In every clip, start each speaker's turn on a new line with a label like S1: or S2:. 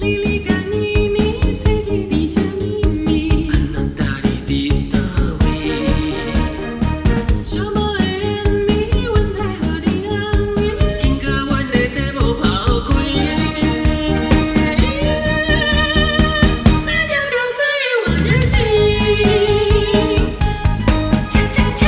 S1: 哩哩个咪咪，吹起地球秘密。小猫的暗暝，阮来互你安慰。今甲阮的节目抛开。那条龙在往日去。恰恰恰。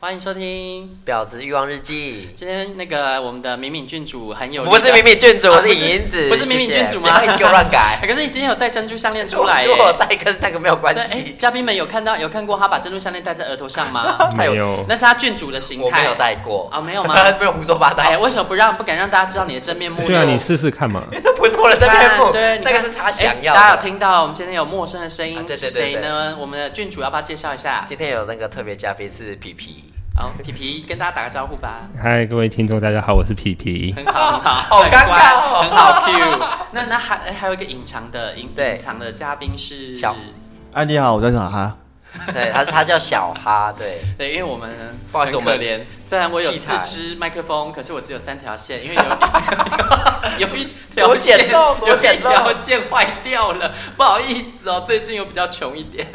S2: 欢迎收听，
S3: 婊子欲望日记，
S2: 今天那个我们的敏敏郡主很有力的，
S3: 不是敏敏郡主，
S2: 啊
S3: 我
S2: 不
S3: 是
S2: 是
S3: 银子，
S2: 不是敏敏郡主吗？
S3: 谢谢不要一直给我乱改。
S2: 哎可是你今天有戴珍珠项链出来耶，
S3: 我带跟那个没有关
S2: 对，哎
S3: 系，，
S2: 嘉宾们有看到有看过他把珍珠项链戴在额头上吗？
S3: 没
S4: 有
S2: 那是他郡主的形态，
S3: 我没有带过
S2: 哦没有吗
S3: 没有胡说八道
S2: 哎，，为什么不让不敢让大家知道你的真面目呢？
S4: 对啊，你试试看 嘛。
S3: 那不是我的真面目，
S2: 对，你
S3: 那
S2: 看
S3: 个是他想要
S2: 哎大家有
S3: 的。
S2: 听到我们今天有陌生的声音
S3: 啊，对对
S2: 是
S3: 对
S2: 谁呢？我们的郡主要不要介绍一下？
S3: 今天有那个特别嘉宾是皮皮，
S2: 好，皮皮跟大家打个招呼吧。
S4: 嗨，各位听众，大家好，我是皮皮。
S2: 很好，很好，
S3: 好
S2: 很
S3: 尴
S2: 乖
S3: 尬哦
S2: 很好 Q。那那还哎还有一个隐藏的隐
S3: 对
S2: 隐藏的嘉宾是
S3: 小
S5: 哎，你好，我叫小哈。
S3: 对，他他叫小哈，对，
S2: 对，因为我们
S3: 不好意思
S2: 很可
S3: 我们
S2: 怜，虽然我有
S3: 器
S2: 四
S3: 材
S2: 支麦克风，可是我只有三条线，因为有有一条
S3: 多简
S2: 线
S3: 陋多
S2: 有一
S3: 简陋
S2: 条线坏掉了，不好意思哦，最近又比较穷一点，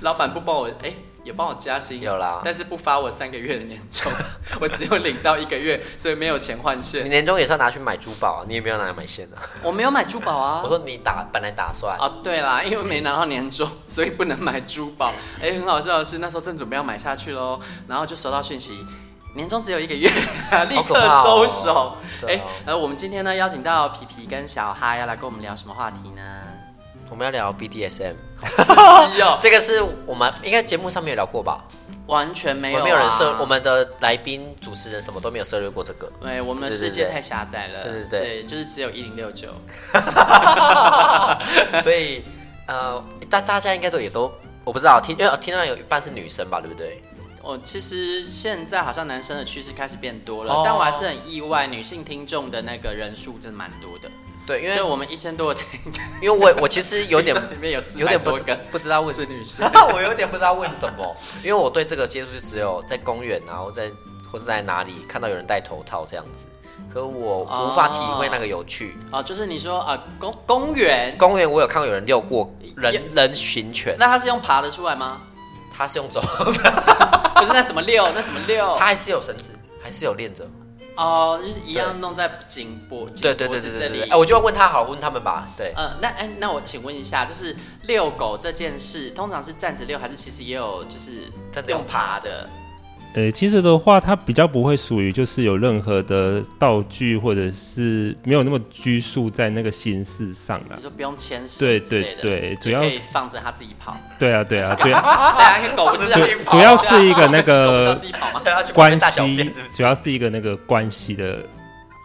S2: 老板不帮我哎。也帮我加薪，
S3: 有啦
S2: 但是不发我三个月的年终，我只有领到一个月，所以没有钱换
S3: 你
S2: 线。
S3: 年终也是要拿去买珠宝、啊，你也没有拿来买线啊。
S2: 我没有买珠宝啊，
S3: 我说你打本来打算，
S2: 啊，对啦，因为没拿到年终，所以不能买珠宝。
S3: 嗯
S2: 哎，很好笑的是，那时候正准备要买下去喽，然后就收到讯息，年终只有一个 月，立刻
S3: 可怕哦
S2: 收手。
S3: 对
S2: 哎、
S3: 啊
S2: 呃，我们今天呢邀请到皮皮跟小哈要来跟我们聊什么话题呢？
S3: 我们要聊 BDSM，啊
S2: 是哦，
S3: 这个是我们应该节目上面有聊过吧？
S2: 完全没
S3: 我
S2: 有、
S3: 们
S2: 啊，
S3: 没有人涉，我。们的来宾、主持人什么都没有涉猎过这 个。
S2: 对，我们的
S3: 对对
S2: 世界
S3: 对
S2: 太狭窄了。
S3: 对对对
S2: 就是只有一零六九。
S3: 所以呃，大大家应该都也都我不知道，听因为听到有一半是女生吧，对不对？
S2: 哦，其实现在好像男生的趋势开始变多了，
S3: 哦
S2: 但我还是很意外，女性听众的那个人数真的蛮多的。
S3: 对，因
S2: 因
S3: 为
S2: 为我们一千多的听众，
S3: 因为我我其实有 点
S2: 里面有400
S3: 有点不
S2: 多个
S3: 不知道问
S2: 是女 生
S3: 我有点不知道问什么，因为我对这个接触就只有在公园，然后在或是在哪里看到有人戴头套这样子，可我无法体会那个有趣。
S2: 哦，就是你说啊、呃公公园，
S3: 公园我有看过有人遛过
S2: 也
S3: 人人行犬，
S2: 那他是用爬的出来吗？
S3: 他是用走，
S2: 不是，那怎么遛？那怎么遛？
S3: 他还是有绳子，还是有链着。
S2: 哦，就是一样弄在颈部，
S3: 对
S2: 颈
S3: 对
S2: 脖
S3: 对对
S2: 子
S3: 对
S2: 这
S3: 对对，
S2: 里。
S3: 哎、我就要问他好，问他们吧。对，
S2: 呃，那哎，那我请问一下，就是遛狗这件事，通常是站着遛，还是其实也有就是
S3: 真的有
S2: 用爬的？
S4: 呃，其实的话，它比较不会属于就是有任何的道具，或者是没有那么拘束在那个形式上啊啦
S2: 你。说不用牵绳
S4: 对
S2: 之类的，
S4: 对对
S2: 也
S4: 主要
S2: 可以放着它自己跑。
S4: 对啊，对啊，主 要
S2: 对啊，因为狗不是
S4: 主主要是一个那
S2: 啊 狗不是要
S4: 个
S2: 自己跑吗？
S3: 他去旁边
S4: 关
S3: 大小便
S4: 系
S3: 是不是
S4: 主要是一个那个关系的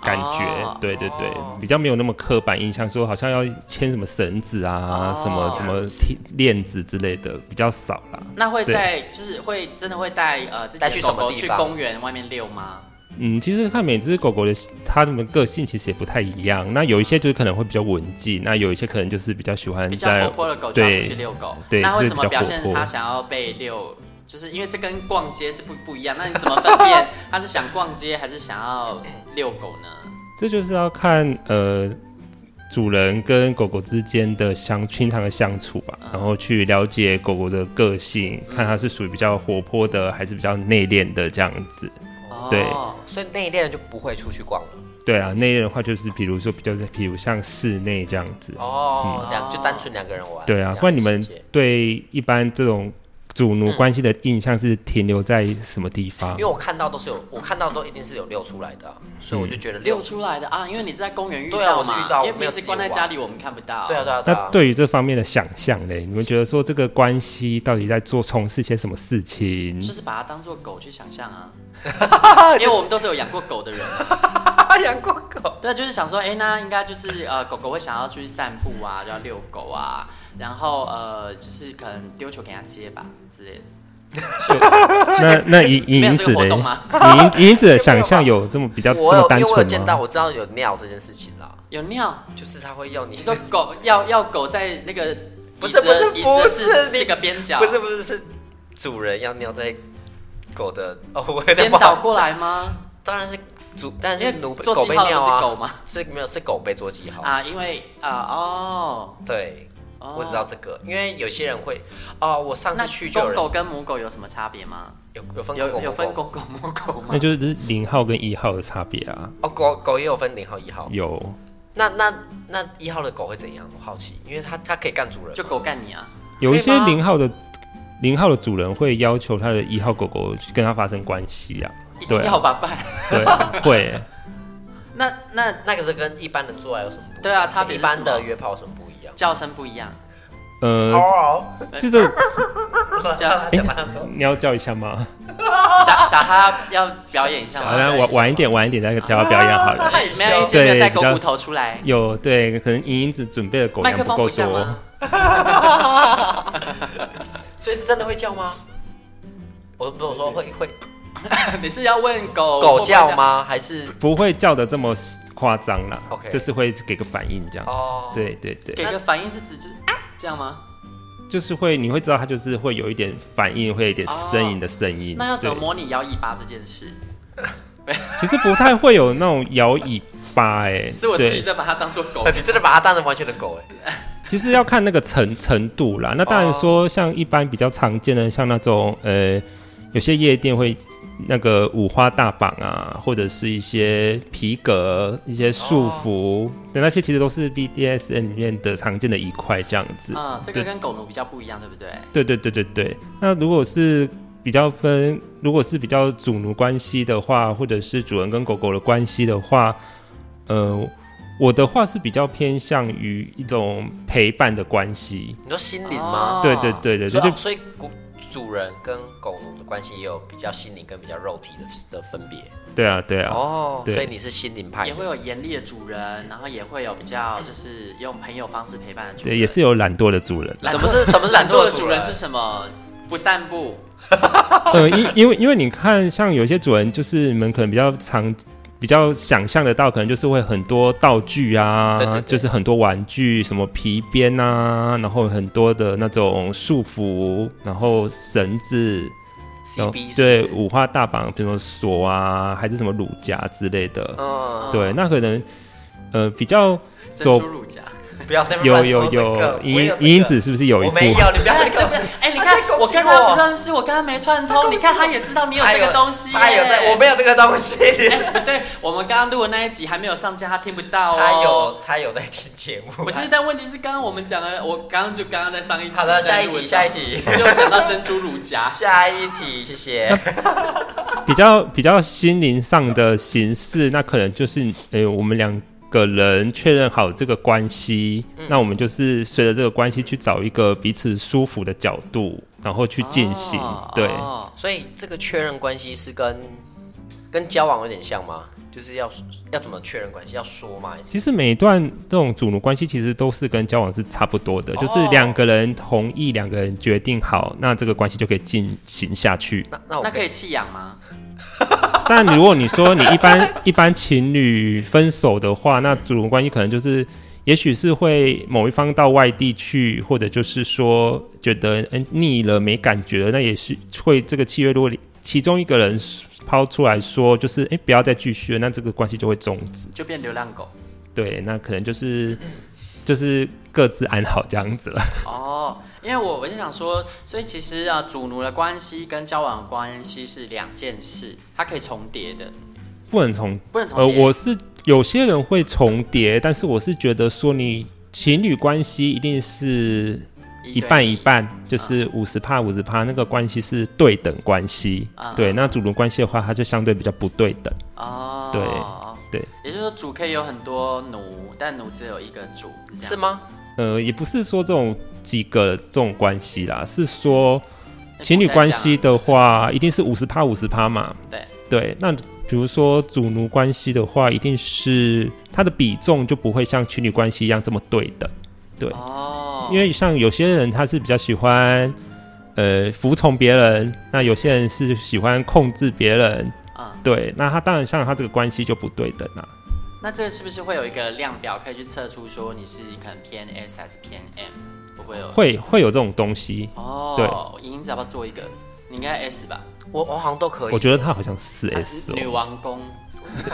S4: 感觉
S2: 哦，
S4: 对对对，比较没有那么刻板印象，说好像要牵什么绳子啊，
S2: 哦
S4: 什么什么提链子之类的，比较少啦。
S2: 那会
S4: 对
S2: 在就是会真的会带呃自
S3: 带
S2: 己
S3: 去
S2: 的
S3: 什
S2: 狗
S3: 么
S2: 狗
S3: 地
S2: 去
S3: 方
S2: 公园外面遛吗？
S4: 嗯，其实看每只狗狗的它们个性其实也不太一样。那有一些就是可能会比较文静，那有一些可能就是比较喜欢
S2: 比较
S4: 在
S2: 活泼的狗就要出去
S4: 对
S2: 遛狗，
S4: 对
S2: 那会
S4: 这
S2: 怎么
S4: 比较
S2: 表
S4: 活
S2: 现
S4: 泼
S2: 它想要被遛？就是因为这跟逛街是不不一样，那你怎么分 辨它是想逛街还是想要遛狗呢？
S4: 这就是要看呃主人跟狗狗之间的相平常的相处吧，
S2: 嗯
S4: 然后去了解狗狗的个性，看它是属于比较活泼的还是比较内敛的这样子。对
S2: 哦
S3: 所以那一类人就不会出去逛了。
S4: 对啊，内敛的话就是比如说比较是比如像室内
S3: 哦
S4: 这样子。
S2: 哦
S3: 哦，两、就单纯两个人玩。
S4: 对啊，
S3: 两
S4: 不然你
S3: 人
S4: 们
S3: 世界
S4: 对一般这种主奴关系的印象是停留在什么地方
S3: 因为？我看到都是有，我看到都一定是有溜出来的啊、所以我就觉得
S4: 嗯
S2: 溜
S3: 溜出。
S2: 出来的啊，因为你是在公园遇
S3: 对啊
S2: 到
S3: 我是
S2: 嘛，
S3: 遇到
S2: 因为
S3: 我没有
S2: 平时关在
S3: 自己
S2: 家
S3: 玩
S2: 里我们看不到。
S3: 对啊，对啊，对
S4: 那
S3: 啊。
S4: 对于这方面的想象嘞，你们觉得说这个关系到底在做从事些什么事情？
S2: 就是把它当做狗去想象 啊，因为我们都是有养过狗的人啊，
S3: 养过狗，
S2: 对，就是想说，哎、那应该就是呃，狗狗会想要出去散步啊，就要遛狗啊，然后呃，就是可能丢球给它接吧之类的。
S4: 那那以以
S2: 没有
S4: 银
S2: 这
S4: 子
S2: 个活
S4: 嘞，
S2: 动吗
S4: 以银以银子的想象有这么比较这
S3: 我
S4: 么
S3: 有
S4: 单
S3: 因为我有
S4: 纯
S3: 见到，
S4: 吗？
S3: 我知道有尿这件事情啦，
S2: 有尿，
S3: 就是他会要你
S2: 你说狗要要狗在那个
S3: 不是
S2: 椅子的
S3: 不是
S2: 椅
S3: 不
S2: 子的
S3: 是
S2: 四
S3: 你
S2: 四个边角，
S3: 不是不是是主人要尿在狗的哦，我有点
S2: 颠
S3: 不好
S2: 倒过来吗？
S3: 当然是主，但
S2: 因
S3: 是
S2: 为
S3: 奴被
S2: 做
S3: 狗
S2: 记
S3: 被
S2: 号的
S3: 尿
S2: 不是
S3: 啊，
S2: 狗吗？
S3: 是没有是狗被做记号。
S2: 啊，因为啊哦，
S3: 对，
S2: 哦
S3: 我知道这个，因为有些人会哦，我上
S2: 那
S3: 次去就有
S2: 公
S3: 人
S2: 狗跟母狗有什么差别吗？
S3: 有有分狗
S2: 有
S3: 狗
S2: 有分公狗母狗吗
S4: 那？就是零号跟一号的差别啊。
S3: 哦，狗狗也有分零号一号，
S4: 有，
S3: 那那那一号的狗会怎样？我好奇，因为它它可以干主人，
S2: 就狗干你啊！
S4: 有一
S3: 可以
S4: 些
S3: 吗
S4: 零号的零号的主人会要求他的一号狗狗去跟他发生关系啊，
S2: 一定
S4: 对
S2: 要
S4: 啊，
S2: 吧办。
S4: 对，会。
S2: 那那
S3: 那个是跟一般人做爱有什么不一样？
S2: 对啊差别
S3: 跟
S2: 是
S3: 一般
S2: 什
S3: 的
S2: 么
S3: 约炮有什么不一样？
S2: 叫声不一样，
S4: 呃，
S3: 哦，
S4: 是这
S2: 叫
S4: 哎
S3: 讲他说，
S4: 你要叫一下吗？
S2: 小小哈要表演一下
S4: 好，
S2: 吗？
S4: 那晚晚一点，晚一点再叫他表演好了。
S2: 没有，一直没有
S4: 对
S2: 带狗
S4: 比较
S2: 骨头出来，
S4: 有对，可能莹莹子准备的狗
S2: 麦
S4: 粮
S2: 克风
S4: 够
S2: 不像
S4: 多
S2: 吗，？
S3: 所以是真的会叫吗？我不是我说会会
S2: 你是要问狗
S3: 狗叫？吗？还是
S4: 不会叫的这么夸张啦。
S3: OK
S4: 就是会给个反应这样。
S3: 哦？
S4: 对对对，
S2: 给个反应是指就是啊这样吗？
S4: 就是会，你会知道它就是会有一点反应，会有一点呻吟的声音。
S2: 哦那要怎么
S4: 对
S2: 模拟摇尾巴这件事？
S4: 其实不太会有那种摇尾巴、欸，哎，
S2: 是我自己
S4: 对，
S2: 在把它当做狗
S3: 你真的把它当成完全的狗哎、
S4: 其实要看那个程程度啦。那当然说，像一般比较常见的，像那种呃，有些夜店会那个五花大绑啊，或者是一些皮革、一些束缚，对，那些其实都是 BDSN 里面的常见的一块这样子。
S2: 啊、这个
S4: 对
S2: 跟狗奴比较不一样，对不对？
S4: 对对对对对。那如果是比较分，如果是比较主奴关系的话，或者是主人跟狗狗的关系的话，呃，我的话是比较偏向于一种陪伴的关系。
S3: 你说心灵吗？
S4: 对对对对，
S3: 所
S4: 就
S3: 以
S4: 哦是啊
S3: 哦所以狗主人跟狗奴的关系也有比较心灵跟比较肉体的的分别
S4: 对啊对啊，
S3: 哦。
S4: 对
S3: 所以你是心灵派
S2: 也
S3: 的
S2: 会有严厉的主人，然后也会有比较就是用朋友方式陪伴的主人。
S4: 对，也是有懒惰的主 人。
S2: 懒
S3: 什
S2: 惰
S3: 么是什么是
S2: 懒
S3: 懒
S2: 惰
S3: 惰的
S2: 的
S3: 主
S2: 主
S3: 人
S2: 人是什么？不散步，
S4: 呃，因因为因为你看，像有些主人就是你们可能比较常。比较想象得到，可能就是会很多道具啊，
S3: 对对对
S4: 就是很多玩具，什么皮鞭啊，然后很多的那种束缚，然后绳子，然后
S3: ？CB
S4: 对
S3: 是不是
S4: 五花大绑，比如说锁啊，还是什么乳夹之类的。
S3: 嗯，
S4: 对，那可能呃比较
S2: 珍
S4: 走
S2: 珠乳夹。
S3: 不要在那边
S4: 有
S3: 乱说
S4: 有
S3: 这个
S4: 有，
S3: 我
S4: 莹
S3: 也有这个
S4: 莹子是不是有一
S3: 我
S4: 副？
S3: 没有，你不要再告
S2: 对
S3: 诉
S2: 对
S3: 我。
S2: 哎，你看
S3: 他在攻击
S2: 我跟他
S3: 我
S2: 不认识，我跟他没串通，你看他也知道你有这个东西耶。
S3: 他有在，我没有这个东西。
S2: 对我们刚刚录的那一集还没有上架，他听不到哦。
S3: 他有，他有在听节目。
S2: 不是，但问题是刚刚我们讲了，我刚刚就刚刚在上一集
S3: 好了，下
S2: 在
S3: 一
S2: 录的
S3: 题，
S2: 时候
S3: 下一，题，
S2: 就讲到珍珠 乳夹。
S3: 下一题，谢 谢。
S4: 比较比较心灵上的形式，那可能就是呃、我们两个人确认好这个关系，
S2: 嗯
S4: 那我们就是随着这个关系去找一个彼此舒服的角度，然后去进行。
S2: 哦
S4: 对，
S2: 哦
S3: 所以这个确认关系是跟跟交往有点像吗？就是要要怎么确认关系？要说吗？还是
S4: 其实每一段这种主奴关系，其实都是跟交往是差不多的，
S2: 哦
S4: 就是两个人同意，两个人决定好，那这个关系就可以进行下去。
S3: 那那我
S2: 那可以弃养吗？
S4: 但如果你说你一般 一般情侣分手的话，那主奴关系可能就是，也许是会某一方到外地去，或者就是说觉得嗯腻了没感觉了，那也是会这个契约如果你其中一个人抛出来说，就是哎、诶不要再继续了，那这个关系就会终止。
S2: 就变流浪狗。
S4: 对，那可能就是就是各自安好这样子了。
S2: 哦，因为我我就想说，所以其实啊，主奴的关系跟交往的关系是两件事，它可以重叠的，
S4: 不能重
S2: 不能重
S4: 呃，
S2: 叠。
S4: 我是有些人会重叠，但是我是觉得说你情侣关系一定是
S2: 一
S4: 一
S2: 对啊
S4: 半一半，就是五十帕五十帕，那个关系是对等关系。
S2: 啊
S4: 对，那主奴关系的话，它就相对比较不对等。
S2: 哦，
S4: 对对，
S2: 也就是说主可以有很多奴，但奴只有一个主，是这样
S3: 是？吗？
S4: 呃，也不是说这种几个这种关系啦，是说情侣关系的话，一定是五十趴五十趴嘛。
S2: 对
S4: 对，那比如说主奴关系的话，一定是它的比重就不会像情侣关系一样这么对等。对，
S2: 哦，
S4: 因为像有些人他是比较喜欢呃服从别人，那有些人是喜欢控制别人。
S2: 啊
S4: 对，那他当然像他这个关系就不对等啊啦、
S2: 那这个是不是会有一个量表可以去测出说你是可能偏 S 还是偏 M？会不会有？
S4: 会会有这种东西。
S2: 哦，
S4: 对
S2: 莹莹只要不要做一个？你应该 S 吧？
S3: 我我好像都可以。
S4: 我觉得他好像是 S
S2: 啊女
S4: 哦，
S2: 王宫
S3: 哦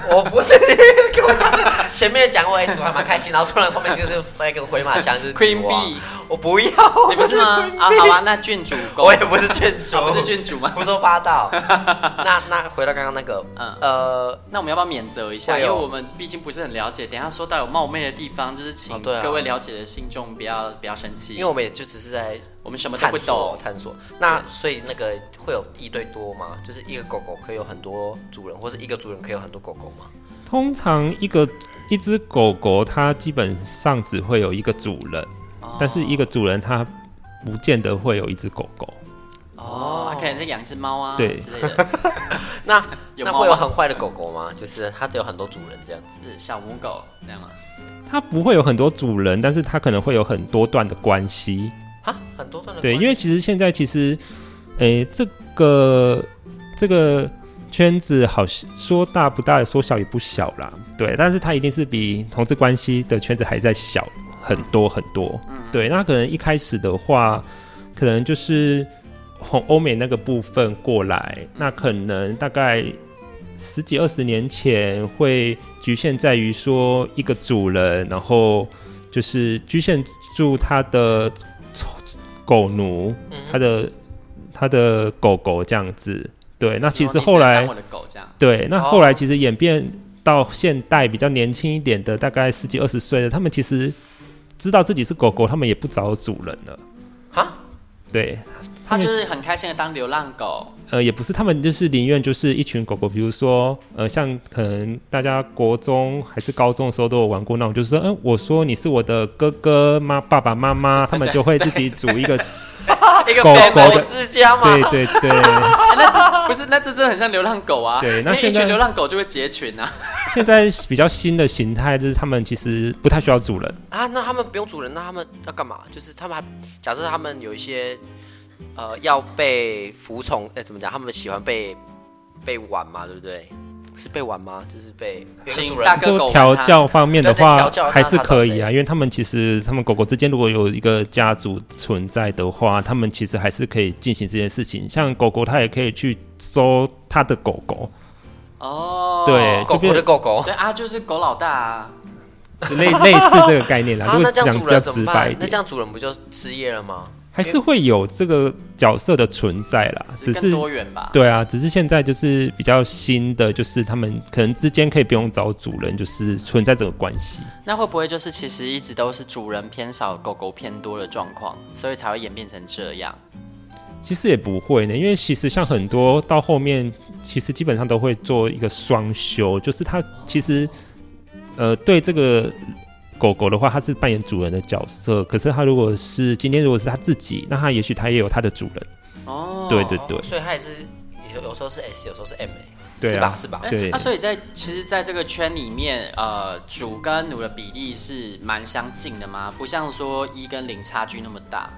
S3: 我不是 给我打断前面讲我 S 我还蛮开心，然后突然后面就是那个回马枪就是
S2: Queen
S3: 女王
S2: Bee
S3: 我不要，
S2: 你不是吗？啊，好啊，那郡主宫，
S3: 我也不是郡 主，
S2: 啊不是郡主吗
S3: 胡说八 道。那那回到刚刚那个，
S2: 嗯
S3: 呃，
S2: 那我们要不要免责一下？
S3: 会
S2: 因
S3: 有
S2: 为我们毕竟不是很了解，等一下说到有冒昧的地方，就是请
S3: 哦对啊
S2: 各位了解的信众不要不要生气，
S3: 因为我们也就只是在
S2: 我们什么都
S3: 探
S2: 不
S3: 索
S2: 懂。
S3: 探索。那所以那个会有一对多吗？就是一个狗狗可以有很多主人，或是一个主人可以有很多狗狗吗？
S4: 通常一个一只狗狗，它基本上只会有一个主人，
S2: 哦
S4: 但是一个主人它不见得会有一只狗狗。
S2: 哦，可能再养一只猫啊，
S4: 对
S2: 之类的，
S3: 那
S2: 有
S3: 那
S2: 猫吗
S3: 会有很坏的狗狗吗？就是它只有很多主人这样子。
S2: 是小母狗这样吗？
S4: 它不会有很多主人，但是它可能会有很多段的关系。
S3: 啊，很多段的
S4: 对，
S3: 关
S4: 因为其实现在其实，诶、这个这个圈子好像说大不大，说小也不小啦。对，但是它一定是比同志关系的圈子还在小很多很多。
S3: 嗯
S4: 对，那可能一开始的话，可能就是从欧美那个部分过来，那可能大概。十几二十年前会局限在于说一个主人，然后就是局限住他的狗奴，
S2: 嗯
S4: 他的他的狗狗这样子。对，那其实
S2: 然
S4: 后
S2: 你只能
S4: 来
S2: 当我的狗这样，
S4: 对，那后来其实演变到现代比较年轻一点的，大概十几二十岁的，他们其实知道自己是狗狗，他们也不找主人了。
S3: 哈，
S4: 对，
S2: 它就是很开心的当流浪狗，
S4: 呃，也不是，他们就是宁愿就是一群狗狗，比如说，呃，像可能大家国中还是高中的时候都有玩过那种，就是说，嗯，我说你是我的哥哥妈爸爸妈妈，他们就会自己组一个，
S3: 一个
S4: 狗狗
S3: 狗
S4: 的
S3: 之家嘛。
S4: 对对对。
S2: 哎那这不是那这真的很像流浪狗啊，
S4: 对
S2: 因为
S4: 那
S2: 一
S4: 现在
S2: 群流浪狗就会结群啊，
S4: 现在比较新的形态就是他们其实不太需要主人，
S3: 啊，那他们不用主人，那他们要干嘛？就是他们还假设他们有一些呃要被服从，哎、怎么讲？他们喜欢被被玩嘛，对不对？是被玩吗？就是被
S2: 请
S3: 主人
S2: 大哥
S4: 就调教方面的
S3: 对对
S4: 话
S3: 调教
S4: 还是可以
S3: 那他找
S4: 啊，因为他们其实他们狗狗之间如果有一个家族存在的话，他们其实还是可以进行这件事情。像狗狗，它也可以去搜它的狗狗，
S2: 哦，
S4: 对
S3: 狗狗的狗狗。
S2: 对啊，就是狗老大啊，
S4: 类 类似这个概念啦。
S3: 啊，
S4: 如
S3: 那
S4: 果
S3: 这
S4: 讲
S3: 样
S4: 比
S3: 主
S4: 较
S3: 人怎
S4: 直
S3: 么
S4: 白一
S3: 办？那这
S4: 点，
S3: 样主人不就失业了吗？
S4: 还是会有这个角色的存在啦，只
S2: 更
S4: 是
S2: 多元吧，
S4: 对啊，只是现在就是比较新的，就是他们可能之间可以不用找主人，就是存在这个关系。
S2: 那会不会就是其实一直都是主人偏少，狗狗偏多的状况，所以才会演变成这样？
S4: 其实也不会呢，因为其实像很多到后面，其实基本上都会做一个双修，就是他其实呃对这个狗狗的话，它是扮演主人的角色，可是它如果是今天如果是它自己，那它也许它也有它的主人。
S2: 哦，
S4: 对对对
S3: 哦所以他也是有有时候是 S，有时候是 M，、欸、
S4: 对
S3: 是
S4: 啊
S3: 吧？，是吧
S2: 哎。？
S4: 对
S2: 那、所以在其实，在这个圈里面，呃，主跟奴的比例是蛮相近的吗？不像说一跟零差距那么大，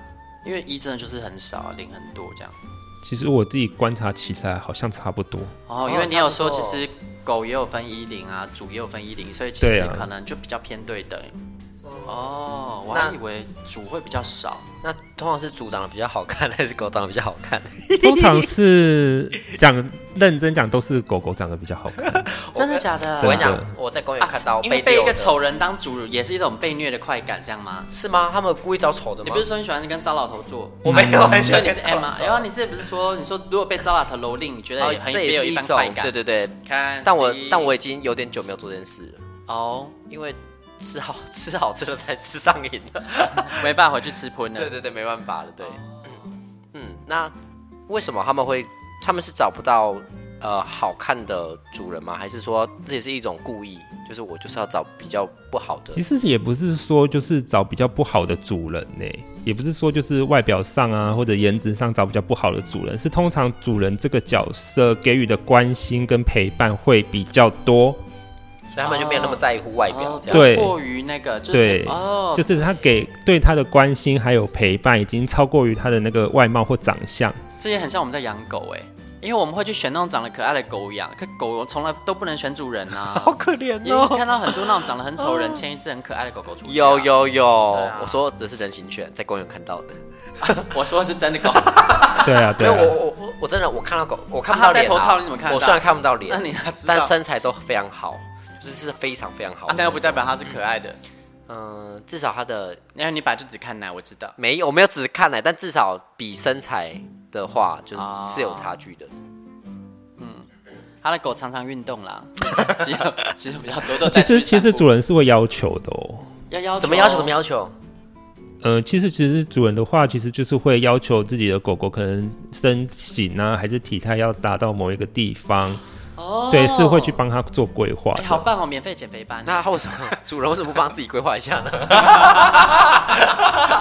S2: 因为一真的就是很少，零很多这样。
S4: 其实我自己观察起来好像差不多。
S2: 哦，因为你有说
S3: 差
S2: 其
S3: 不多
S2: 实狗也有分一零啊，主也有分一零，所以其
S4: 对
S2: 实
S4: 啊
S2: 可能就比较偏对等。哦，我
S3: 那
S2: 还以为主会比较少。
S3: 那通常是主长得比较好看，还是狗长得比较好看？
S4: 通常是讲认真讲都是狗狗长得比较好看，
S2: 真的假的？
S3: 我跟你
S4: 真
S3: 讲
S4: 的，
S3: 我在公园看到
S2: 因为
S3: 啊被
S2: 被一
S3: 遛
S2: 个
S3: 的
S2: 丑人当主也是一种被虐的快感，这样吗？
S3: 是吗？他们故意找丑的吗？
S2: 你不是说你喜欢跟糟老头做？
S3: 我没有很喜
S2: 所以
S3: 欢
S2: 你是
S3: 看
S2: M 吗？然后你之前不是说，你说如果被糟老头蹂躏，你觉得
S3: 哦
S2: 也很
S3: 这
S2: 也
S3: 也
S2: 有
S3: 是一
S2: 番
S3: 种
S2: 快感？
S3: 对对对。
S2: 看 C，
S3: 但我但我已经有点久没有做这件事了，
S2: 哦，
S3: 因为吃好 吃好吃的才吃上瘾的。
S2: 没办法回去吃喷了。
S3: 对对对，没办法了，对。嗯，那为什么他们会？他们是找不到呃好看的主人吗？还是说这也是一种故意？就是我就是要找比较不好的
S4: 其？实也不是说就是找比较不好的主人呢、也不是说就是外表上啊或者颜值上找比较不好的主人，是通常主人这个角色给予的关心跟陪伴会比较多，
S3: 所以他们就没有那么在乎外表，
S2: 哦
S3: 这样。
S4: 对
S2: 过于那个，就是
S4: 对
S2: 哦，
S4: 就是他给对他的关心还有陪伴已经超过于他的那个外貌或长相。
S2: 这也很像我们在养狗哎、因为我们会去选那种长得可爱的狗养，可狗从来都不能选主人啊。
S3: 好可怜哦
S2: 因为看到很多那种长得很丑的 人牵一只很可爱的狗狗出去啊
S3: 有，有有，
S2: 对啊
S3: 我说的是人形犬，在公园看到的。
S2: 我说的是真的狗，
S4: 对啊，
S3: 没
S4: 对
S3: 有，
S4: 啊，
S3: 我我我我真的我看到狗，我看不
S2: 啊他
S3: 到
S2: 戴
S3: 脸、啊。
S2: 头套你怎么看得
S3: 我
S2: 到
S3: 虽然看不到脸，
S2: 那你哪知道
S3: 但身材都非常好，就是是非常非常好
S2: 啊
S3: 的。
S2: 那又不代表它是可爱的。
S3: 嗯、至少他的
S2: 因为你本来就只看奶，我知道。
S3: 没有，我没有只看欸来，但至少比身材的话，就是、
S2: 啊
S3: 是有差距的。
S2: 他的狗常常运动 啦，肌肉肌肉比较多。都带
S4: 其
S2: 出去
S4: 实其实
S2: 散步
S4: 主人是会要求的哦。
S2: 要要求
S3: 怎么要求？怎么要求？
S4: 呃，其实其实主人的话，其实就是会要求自己的狗狗可能身形啊，还是体态要达到某一个地方，
S2: 哦
S4: 对，是会去。帮他做规划
S2: 哎、
S4: 的。
S2: 好棒哦，免费减肥班。
S3: 那他为什么主人为什么不帮自己规划一下 呢？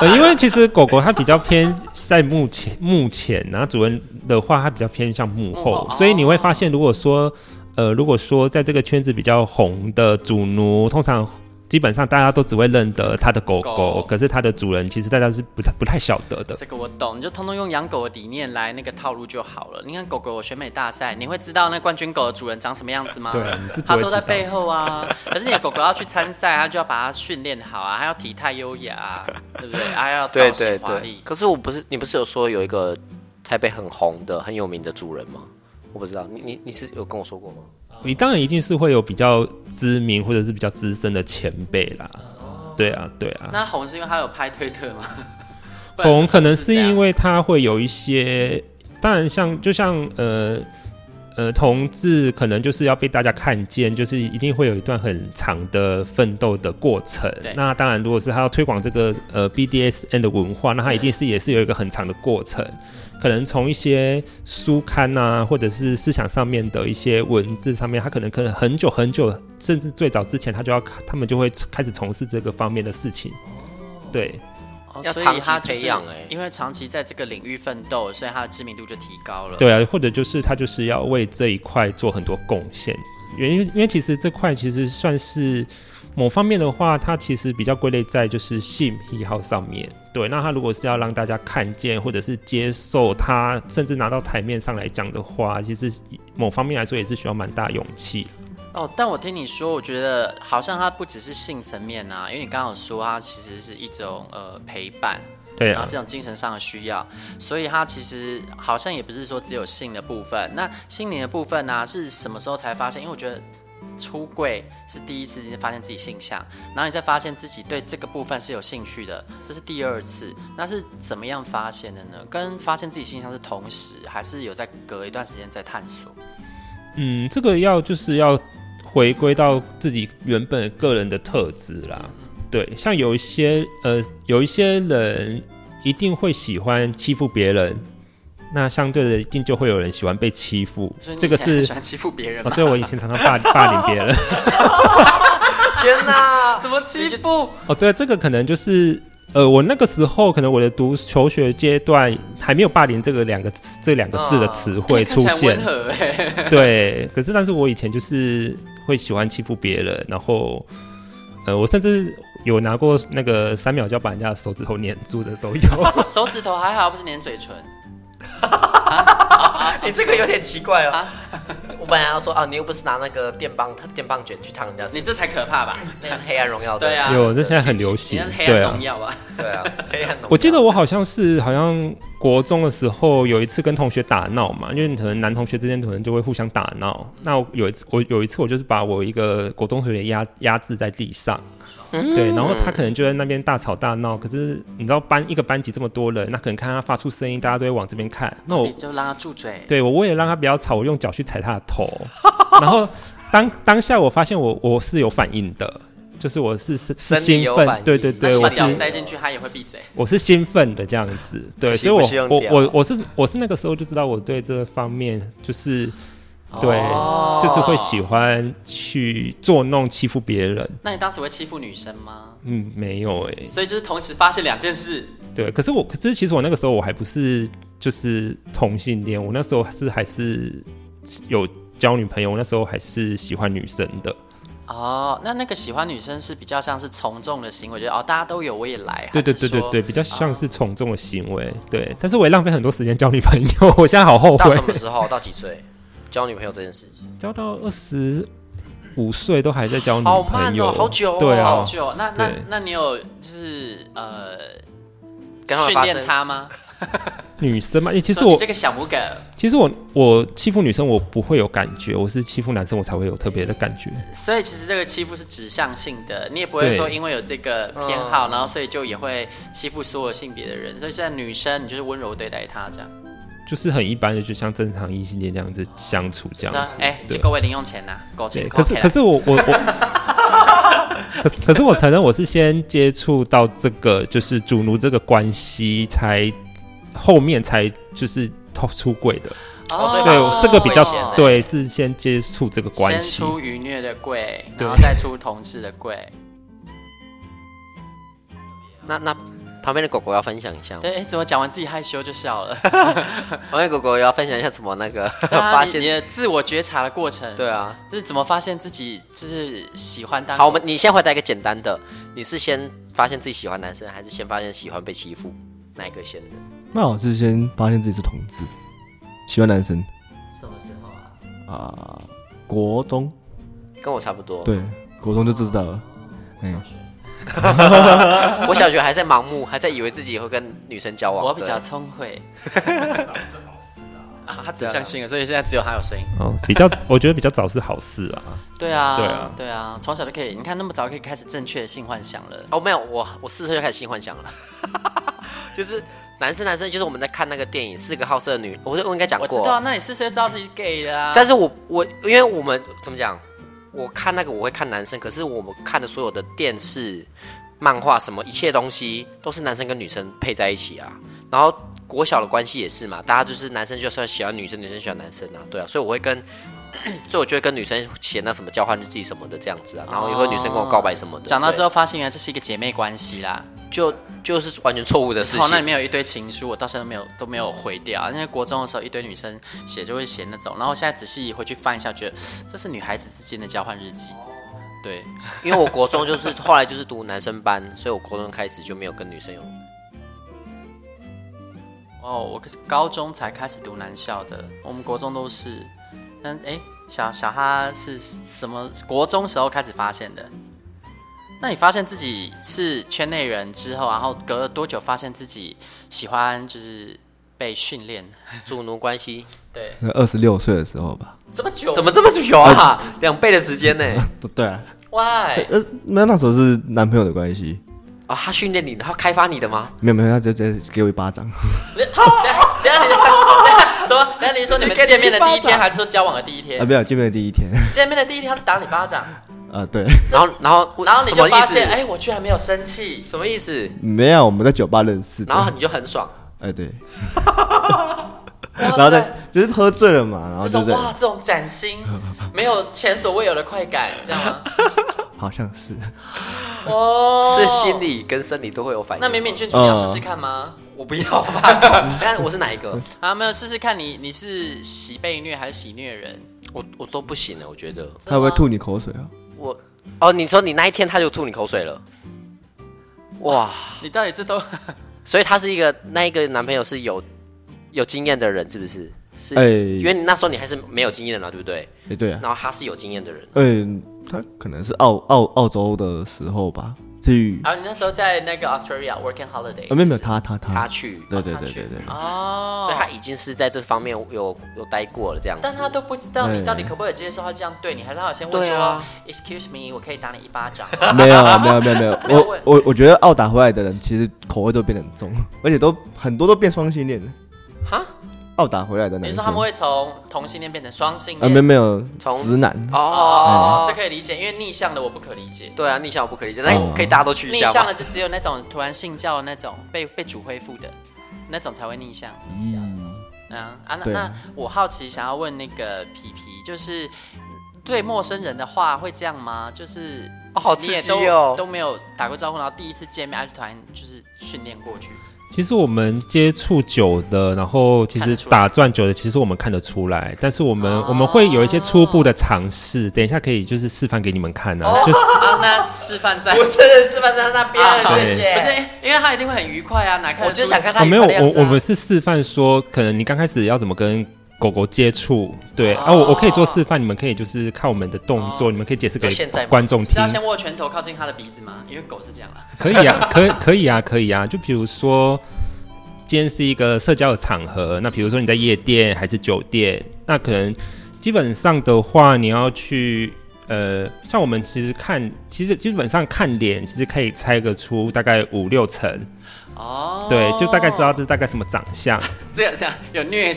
S4: 呃，因为其实狗狗它比较偏在幕前，幕前，然后主人的话，它比较偏向幕后，
S2: 幕后哦
S4: 所以你会发现，如果说，呃，如果说在这个圈子比较红的主奴，通常基本上大家都只会认得它的狗狗，
S2: 狗
S4: 可是它的主人其实大家是不太不太晓得的。
S2: 这个我懂，你就通通用养狗的理念来那个套路就好了。你看狗狗选美大赛，你会知道那冠军狗的主人长什么样子吗？
S4: 对啊你是不
S2: 它
S4: 会
S2: 都在
S4: 知道
S2: 背后啊。可是你的狗狗要去参赛，它就要把它训练好啊，它要体态优雅啊， 对不对？它要造型华丽。
S3: 可是我不是你不是有说有一个台北很红的很有名的主人吗？我不知道，你你你是有跟我说过吗？
S4: 你当然一定是会有比较知名或者是比较资深的前辈啦。对啊，对啊。
S2: 那红是因为它有拍推特吗？不然
S4: 红可能是
S2: 这样
S4: 因为它会有一些，当然像就像呃呃同志，可能就是要被大家看见，就是一定会有一段很长的奋斗的过程
S2: 对。
S4: 那当然，如果是他要推广这个呃 BDSN 的文化，那他一定是也是有一个呃很长的过程。可能从一些书刊啊，或者是思想上面的一些文字上面，他可能可能很久很久，甚至最早之前，他就要他们就会开始从事这个方面的事情。对，
S2: 哦
S3: 要
S2: 所以
S3: 长期
S2: 它就是
S3: 培养欸
S2: 因为长期在这个领域奋斗，所以它的知名度就提高了。
S4: 对啊，或者就是他就是要为这一块做很多贡献，原因因为其实这块其实算是某方面的话，它其实比较归类在就是性癖好上面。对，那他如果是要让大家看见或者是接受他，甚至拿到台面上来讲的话，其实某方面来说也是需要蛮大勇气。
S2: 哦，但我听你说，我觉得好像它不只是性层面啊，因为你刚刚有说它其实是一种呃陪伴，
S4: 对
S2: 然
S4: 啊
S2: 后，是一种精神上的需要，所以它其实好像也不是说只有性的部分。那心灵的部分呢、啊是什么时候才发现？因为我觉得出柜是第一次发现自己性向，然后你再发现自己对这个部分是有兴趣的，这是第二次。那是怎么样发现的呢？跟发现自己性向是同时，还是有在隔一段时间在探索？
S4: 嗯，这个要就是要回归到自己原本个人的特质啦。对，像有一些呃，有一些人一定会喜欢欺负别人，那相对的一定就会有人喜欢被欺负
S2: 所以。你
S4: 这个
S2: 以前很
S4: 是
S2: 喜欢欺负别人
S4: 哦，
S2: 吗？
S4: 对我以前常常霸 霸凌别人。
S3: 天 哪！
S2: 怎么欺负？
S4: 哦，对，这个可能就是呃，我那个时候可能我的读求学阶段还没有“霸凌”这个两个词这两个字的词汇
S2: 啊哦看起
S4: 出
S2: 来
S4: 现
S2: 温。和欸
S4: 对，可是但是我以前就是会喜欢欺负别人，然后呃，我甚至有拿过那个三秒就要把人家的手指头粘住的 都有。
S2: 手指头还好，不是粘嘴唇。
S3: 你这个有点奇怪
S2: 啊
S3: 哦。我本来要说啊，你又不是拿那个电棒电棒卷去烫人家身
S2: 你这才可怕吧？
S3: 那个是黑暗荣耀的。
S2: 对啊，
S4: 有这现在很流
S2: 你
S4: 行
S2: 那是黑
S4: 对
S2: 暗
S4: 啊
S2: 农药啊，
S3: 对啊，黑暗荣耀。
S4: 我记得我好像是好像国中的时候有一次跟同学打闹嘛，因为可能男同学之间可能就会互相打闹。那我有一次我有一次我就是把我一个国中同学压压制在地上，
S3: 嗯
S4: 对，然后他可能就在那边大吵大闹。可是你知道班一个班级这么多人，那可能看他发出声音，大家都会往这边看。那我
S2: 你就让他住嘴。
S4: 对我为了让他不要吵，我用 脚去踩他的头，然后当当下我发现我我是有反应的，就是我是是是
S3: 生理
S4: 兴
S3: 有反
S4: 奋，
S3: 应
S4: 对对
S2: 那
S4: 对，
S2: 你把
S4: 我是
S2: 屌塞进去，他也会闭嘴。
S4: 我是兴奋的这样子，对，
S3: 不
S4: 所
S3: 行
S4: 以
S3: 不行
S4: 我我我
S3: 用掉
S4: 我是我是那个时候就知道我对这方面就是对，
S2: 哦
S4: 就是会喜欢去捉弄欺负别人，
S2: 那你当时会欺负女生吗？
S4: 嗯，没有哎、
S2: 所以就是同时发现两件事，
S4: 对，可是我可是其实我那个时候我还不是就是同性恋，我那时候是还是有交女朋友，我那时候还是喜欢女生的，
S2: 哦，那那个喜欢女生是比较像是从众的行为，就是哦大家都有我也来，
S4: 对对
S2: 还是
S4: 对对
S2: 说
S4: 对，比较像是从众的行为，对，但是我也浪费很多时间交女朋友， 我现在好后
S3: 到
S4: 悔，
S3: 什么时候？到几岁？交女朋友这件事情，
S4: 交到二十五岁都还在交女
S3: 好
S4: 朋
S3: 慢
S4: 友，
S3: 哦好久哦
S4: 对啊
S2: 好，久。那那
S4: 对
S2: 那你有就是呃
S3: 跟他们
S2: 训
S3: 发
S2: 练
S3: 生
S2: 他吗？
S4: 女生嘛，诶其实
S2: 说你
S4: 我
S2: 这个小母狗，
S4: 其实我我欺负女生我不会有感觉，我是欺负男生我才会有特别的感觉，
S2: 所以其实这个欺负是指向性的，你也不会
S4: 对
S2: 说因为有这个偏
S3: 嗯
S2: 好，然后所以就也会欺负所有性别的人。所以现在女生你就是温柔对待她这样，
S4: 嗯就是很一般的，就像正常异性恋那样子相处这
S2: 说
S4: 样
S3: 嗯
S4: 子。
S2: 哎，
S4: 对
S2: 就各位零用钱呐，狗啊
S4: 对
S2: 钱
S4: 可
S2: 扣
S4: 是
S2: 起来
S4: 可是我我我， 可可是我承认我是先接触到这个就是主奴这个关系，才后面才就是偷出轨的。
S3: 哦所以
S4: 对，
S3: 哦
S4: 这个比较
S3: 危险欸
S4: 对，是先接触这个关
S2: 先
S4: 系。
S2: 出愚虐的贵，
S4: 对
S2: 然后再出同志的贵。
S3: 那那旁边的狗狗要分享一下吗，
S2: 对，哎怎么讲完自己害羞就笑 了？
S3: 旁边的狗狗也要分享一下怎么那个
S2: 啊
S3: 发
S2: 你你
S3: 现。
S2: 的自我觉察的过程，
S3: 对，啊，
S2: 是怎么发现自己就是喜欢当
S3: 好，我们你先回答一个简单的，你是先发现自己喜欢男生，还是先发现喜欢被欺负？哪一个先的？
S5: 那我是先发现自己是同志，喜欢男生
S2: 什么时候啊？
S5: 啊、国中
S3: 跟我差不多。，
S2: 哦
S5: 对，国中就知道了。哎、
S3: 我小学还在盲目，还在以为自己会跟女生交往。
S2: 我比较
S3: 对
S2: 聪慧，啊，他指向性了，所以现在只有他有声音。
S4: 哦，比较 我觉得比较早是好事啊。
S2: 对啊，
S4: 对啊
S2: 对啊，从小就可以，你看那么早可以开始正确的性幻想了。
S3: 哦，没有，我我四岁就开始性幻想了， 就是男生男生，就是我们在看那个电影《四个好色的女》，我我应该讲
S2: 我知
S3: 过。
S2: 道啊，那你四岁就知道自己 gay 了啊？
S3: 但是我我因为我们怎么讲，我看那个我会看男生，可是我们看的所有的电视、漫画什么一切东西都是男生跟女生配在一起啊。然后国小的关系也是嘛，大家就是男生就是喜欢女生，女生喜欢男生啊，对啊，所以我会跟。所以我就会跟女生写那什么交换日记什么的这样子啊，然后也会女生跟我告白什么的。
S2: 长大之
S3: 对
S2: 后发现原来这是一个姐妹关系啦。
S3: 就就是完全错误的事情。
S2: 哦，那里面有一堆情书，我到现在都没有都没有回掉。因为国中的时候，一堆女生写就会写那种，然后我现在仔细回去翻一下，觉得这是女孩子之间的交换日记。对，
S3: 因为我国中就是后来就是读男生班，所以我国中开始就没有跟女生有。
S2: 哦，我高中才开始读男校的，我们国中都是。但哎、小小哈是什么国中时候开始发现的？那你发现自己是圈内人之后，然后隔了多久发现自己喜欢就是被训练？
S3: 主奴关系
S2: 对，
S5: 二十六岁的时候吧，
S2: 这么久？
S3: 怎么这么久啊？ 两倍的时间呢、
S5: 对对啊，
S2: ？Why？
S5: 呃，那那时候是男朋友的关系，
S3: 啊，他训练你，然后开发你的吗？
S5: 没有没有，他直接直接给我一巴掌，
S2: 等一下你等一下说，等一下你说你们 见面的第一天，还是说交往的第一
S5: 啊，
S2: 天？
S5: 没有见面的第一天，
S2: 见面的第一天，他就打你巴掌，
S5: 啊，对，
S3: 然后，然后，
S2: 然后你
S3: 什
S2: 就
S3: 么意
S2: 发
S3: 思？
S2: 现，哎，我居然没有生气。
S3: 什么意思？
S5: 没有，我们在酒吧认识的，
S3: 然后你就很爽，
S5: 哎、对，
S2: 然
S5: 然后再就是喝醉了嘛，然后
S2: 我
S5: 就
S2: 说
S5: 在，
S2: 哇，这种崭 新，没有前所未有的快感，这样吗？
S5: 好像是，
S2: 哦，
S3: 是心。理跟生理都会有反应。
S2: 那敏敏郡主，你要
S5: 嗯
S2: 试试看吗？
S3: 我不要吧？但哎我是哪一个？
S2: 啊，没有试试看你，你是喜被虐还是喜虐人？
S3: 我我都不行了，我觉得
S5: 他会不会吐你口水啊？
S3: 我哦，你说你那一天他就吐你口水了，哇！
S2: 你到底这都，
S3: 所以他是一个那一个男朋友是有有经验的人，是不是？是，
S5: 哎
S3: 因为你那时候你还是没有经验的嘛，对不对？
S5: 哎、对啊，
S3: 然后他是有经验的人，
S5: 哎、他可能是澳澳澳洲的时候吧，去
S2: 啊？你那时候在那个 Australia working
S5: 啊，
S2: holiday？
S5: 没有没有，他他
S3: 他
S5: 他，
S3: 去，
S5: 对对
S2: 啊他
S5: 对
S2: 去
S5: 对对，
S2: 哦，
S3: 所以他已经是在这方面有有待过了这样子。
S2: 但是他都不知道你
S5: 对
S2: 到底可不可以接受他这样对你，还是他有先问
S3: 对
S2: 说、
S3: 啊
S2: Excuse me，我可以打你一巴 掌吗？
S5: 没有没有没 有没有，
S2: 没有
S5: 我
S2: 问
S5: 我我觉得澳打回来的人其实口味都变得很重，而且都很多都变双性恋了。
S3: 哈，
S5: 澳打回来的
S2: 你
S5: 男
S2: 说
S5: 生
S2: 他们会从同性恋变成双性
S5: 啊，没有
S2: 恋？
S5: 没有
S3: 从
S5: 直男
S3: 哦，
S2: 这可以理解，因为逆向的我不可理解。
S3: 对啊，逆向我不可理解，那可以大家都去一
S2: 逆
S3: 下
S2: 向
S3: 吗
S2: 的？就只有那种突然性教的那种被被主恢复的那种才会逆向。
S5: 哎
S2: 嗯啊，那
S5: 对
S2: 那我好奇想要问那个皮皮，就是对陌生人的话会这样吗？就是
S3: 哦好
S2: 你也
S3: 刺激
S2: 都
S3: 哦
S2: 都没有打过招呼，然后第一次见面，啊就突然就是训练过去，
S4: 其实我们接触久的，然后其
S2: 看得
S4: 实
S2: 出来
S4: 打转久的，其实我们看得出来，但是我们、
S3: 哦
S4: 我们会有一些初步的尝试，等一下可以就是示范给你们看
S3: 哦
S4: 啊， 就是
S2: 啊，那示范在
S3: 不是，是放在那边，
S4: 对
S3: 谢
S2: 不是
S3: 谢。，
S2: 因为他一定会很愉快啊，哪看得
S3: 我就想看
S4: 哦
S3: 他愉
S4: 没有，
S3: 快的样
S4: 我
S3: 子啊
S4: 我们是示范说，可能你刚开始要怎么跟狗狗接触，对、啊，
S2: 哦
S4: 我我可以做示范，你们可以就是看我们的动作，你们可以解释给
S3: 有哦现在吗
S4: 观众
S2: 是
S4: 听
S2: 要，先握拳头靠近他的鼻子吗？因为狗是这样啦。
S4: 可以啊， 可以可以啊，可以啊，就比如说。今天是一个社交的场合，那比如说你在夜店还是酒店，那可能基本上的话，你要去呃，像我们其实看，其实基本上看脸，其实可以猜个出大概五六成，
S2: 哦，
S4: 对，就大概知道这是大概什么长相。
S3: 哦
S2: 这样这样有虐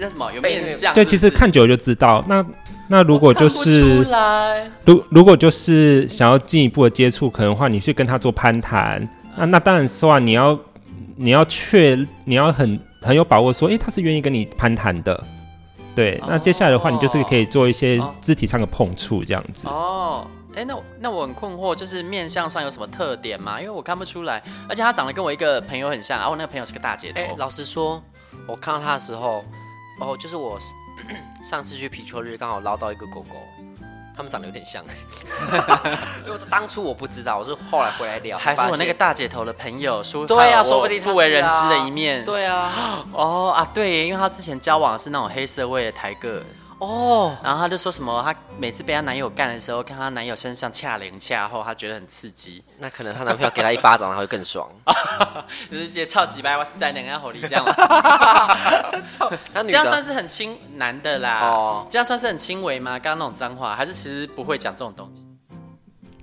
S2: 那什么有面相，
S4: 对，其实
S2: 是不是
S4: 看久了就知道。那那如果就
S2: 看不
S4: 是
S2: 出来
S4: 如如果就是想要进一步的接触，可能的话，你去跟他做攀谈，那那当然说啊，你要你要确你要很很有把握说，诶、他是愿意跟你攀谈的。
S2: 哦
S4: 对，那接下来的话，你就是可以做一些肢体上的碰触，这样子。
S2: 哦。哎，那我那我很困惑，就是面相上有什么特点吗？因为我看不出来，而且他长得跟我一个朋友很像，然、啊后我那个朋友是个大姐头。
S3: 哎、老实说，我看到他的时候，哦，就是我上 次去皮丘日刚好捞到一个狗狗，它们长得有点像， 因为当初我不知道，我是后来回来聊，
S2: 还是
S3: 发
S2: 我那个
S3: 现
S2: 大姐头的朋友说，
S3: 对啊
S2: 我
S3: 说不定他是啊
S2: 不为人知的一面。
S3: 对 啊，
S2: 哦啊，对耶，因为她之前交往的是那种黑社会的台哥，
S3: 哦，
S2: 然后她就说什么，她每次被她男友干的时候，看她男友身上恰零恰后，她觉得很刺激，
S3: 那可能她男朋友给她一巴掌，她会更 爽。
S2: 就是直接超级白，哇塞，两个人吼你这样吗，
S3: 那女
S2: 这样算
S3: 的
S2: 是很轻男的啦，
S3: 哦
S2: 这样算是很轻微吗？刚刚那种脏话，还是其实不会讲这种东西？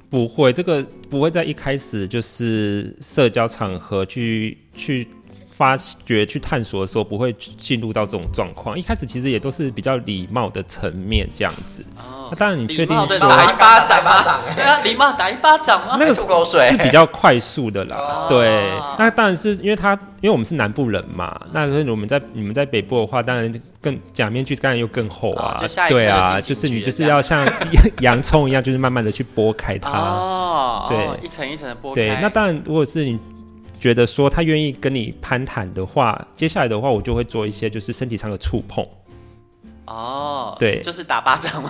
S4: 不会，这个不会在一开始就是社交场合去去发掘、去探索的时候，不会进入到这种状况。一开始其实也都是比较礼貌的层面这样子。那、当然，你
S2: 哦
S4: 确
S2: 礼
S4: 定
S2: 貌的
S4: 说
S2: 打一巴掌吗？对啊， 礼貌打一巴掌吗？
S4: 那个
S3: 吐口水
S4: 是比较快速的啦。
S2: 哦
S4: 对，那当然是因为他，因为我们是南部人嘛，那可是我们在你们在北部的话，当然更假面具当然又更厚啊
S2: 哦，就下一刻
S4: 对啊，
S2: 就进
S4: 就是
S2: 警
S4: 你
S2: 局
S4: 就
S2: 这
S4: 是
S2: 样
S4: 要像洋葱一 样，就是慢慢的去剥开它。
S2: 哦，
S4: 啊对
S2: 哦一层一层的剥开。
S4: 对，那当然，如果是你觉得说他愿意跟你攀谈的话，接下来的话我就会做一些就是身体上的触碰。
S2: 哦，
S4: 对嗯
S2: 就是打巴掌嘛，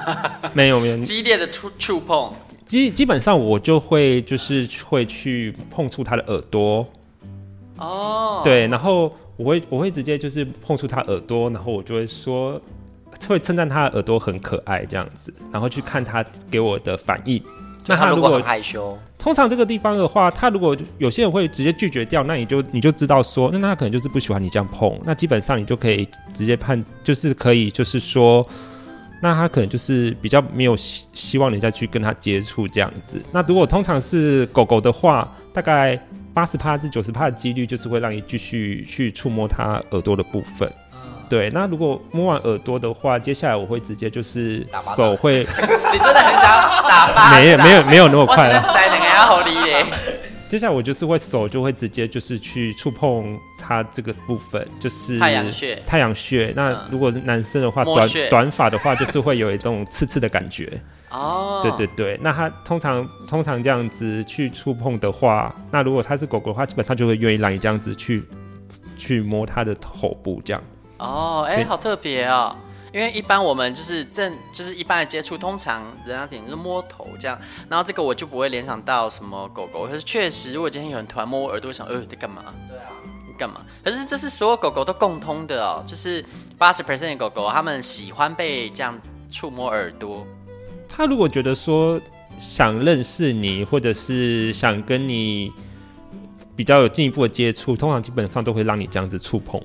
S4: 没有 没有，
S2: 激烈的触触碰。
S4: 基基本上我就会就是会去碰触他的耳朵，
S2: 哦，
S4: 对，然后我会我会直接就是碰触他耳朵，然后我就会说。会称赞他的耳朵很可爱这样子，然后去看他给我的反应。那
S3: 她
S4: 他
S3: 如
S4: 如
S3: 果
S4: 果
S3: 很害羞，
S4: 通常这个地方的话，他如果有些人会直接拒绝掉，那你就你就知道说，那他可能就是不喜欢你这样碰。那基本上你就可以直接判，就是可以就是说，那他可能就是比较没有希希望你再去跟他接触这样子。那如果通常是狗狗的话，大概八十趴至九十趴的几率就是会让你继续去触摸它耳朵的部分。对，那如果摸完耳朵的话，接下来我会直接就是
S3: 打巴掌
S4: 手会
S2: 你真的很想打巴掌？
S4: 没有没有没有那么快
S2: 我真
S4: 啊
S2: 的是塞两个牙好你嘞。
S4: 接下来我就是会手就会直接就是去触碰它这个部分，就是
S2: 太阳穴嗯
S4: 太阳穴。那如果是男生的话，
S2: 摸
S4: 短
S2: 穴
S4: 短发的话，就是会有一种刺刺的感觉。
S2: 哦，
S4: 对对对，那它通常通常这样子去触碰的话，那如果它是狗狗的话，基本上就会愿意让你这样子去去摸它的头部这样。
S2: 哦，哎、
S4: 对
S2: 好特别哦。因为一般我们就是正就是一般的接触，通常人家顶就是摸头这样，然后这个我就不会联想到什么狗狗。可是确实，如果今天有人突然摸我耳朵，我想呃在干嘛？对啊，你干嘛？可是这是所有狗狗都共通的哦，就是八十 percent 的狗狗它们喜欢被这样触摸耳朵。
S4: 他如果觉得说想认识你，或者是想跟你比较有进一步的接触，通常基本上都会让你这样子触碰。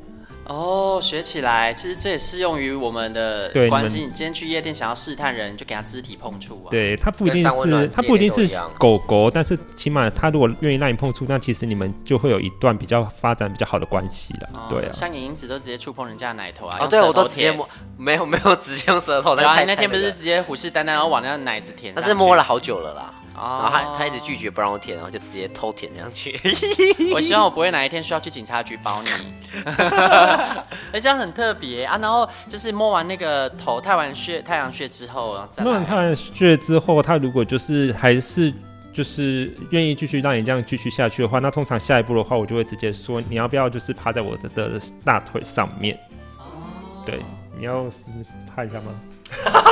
S2: 哦，后学起来，其实这也适用于我们的
S4: 对你
S2: 关系。
S4: 们
S2: 你今天去夜店想要试探人，你就给他肢体碰触啊。，
S4: 对，它不一
S3: 跟
S4: 定
S3: 三温暖
S4: 是它不一定
S3: 夜
S4: 是
S3: 店都一样
S4: 狗狗，但是起码它如果愿意让你碰触，那其实你们就会有一段比较发展比较好的关系了。对啊，
S2: 哦像影子都直接触碰人家的奶头啊。
S3: 哦，
S2: 用
S3: 对，
S2: 舌头
S3: 我都直接
S2: 舔
S3: 摸，。没有没有啊直接用舌头，
S2: 然后
S3: 太
S2: 那天不
S3: 太
S2: 是
S3: 个
S2: 直接虎视眈眈，然后往那个奶子舔上
S3: 但
S2: 去？
S3: 是摸了好久了啦。然
S2: 哦
S3: 后他他一直拒绝不让我舔，然后就直接偷舔上去。
S2: 我希望我不会哪一天需要去警察局保 你。哎、这样很特别啊！然后就是摸完那个头，太完穴、太阳穴之后，然后再来
S4: 那完太完穴之后，他如果就是还是就是愿意继续让你这样继续下去的话，那通常下一步的话，我就会直接说你要不要就是趴在我的的大腿上面。
S3: 哦
S4: 对，你要试试趴一下 吗？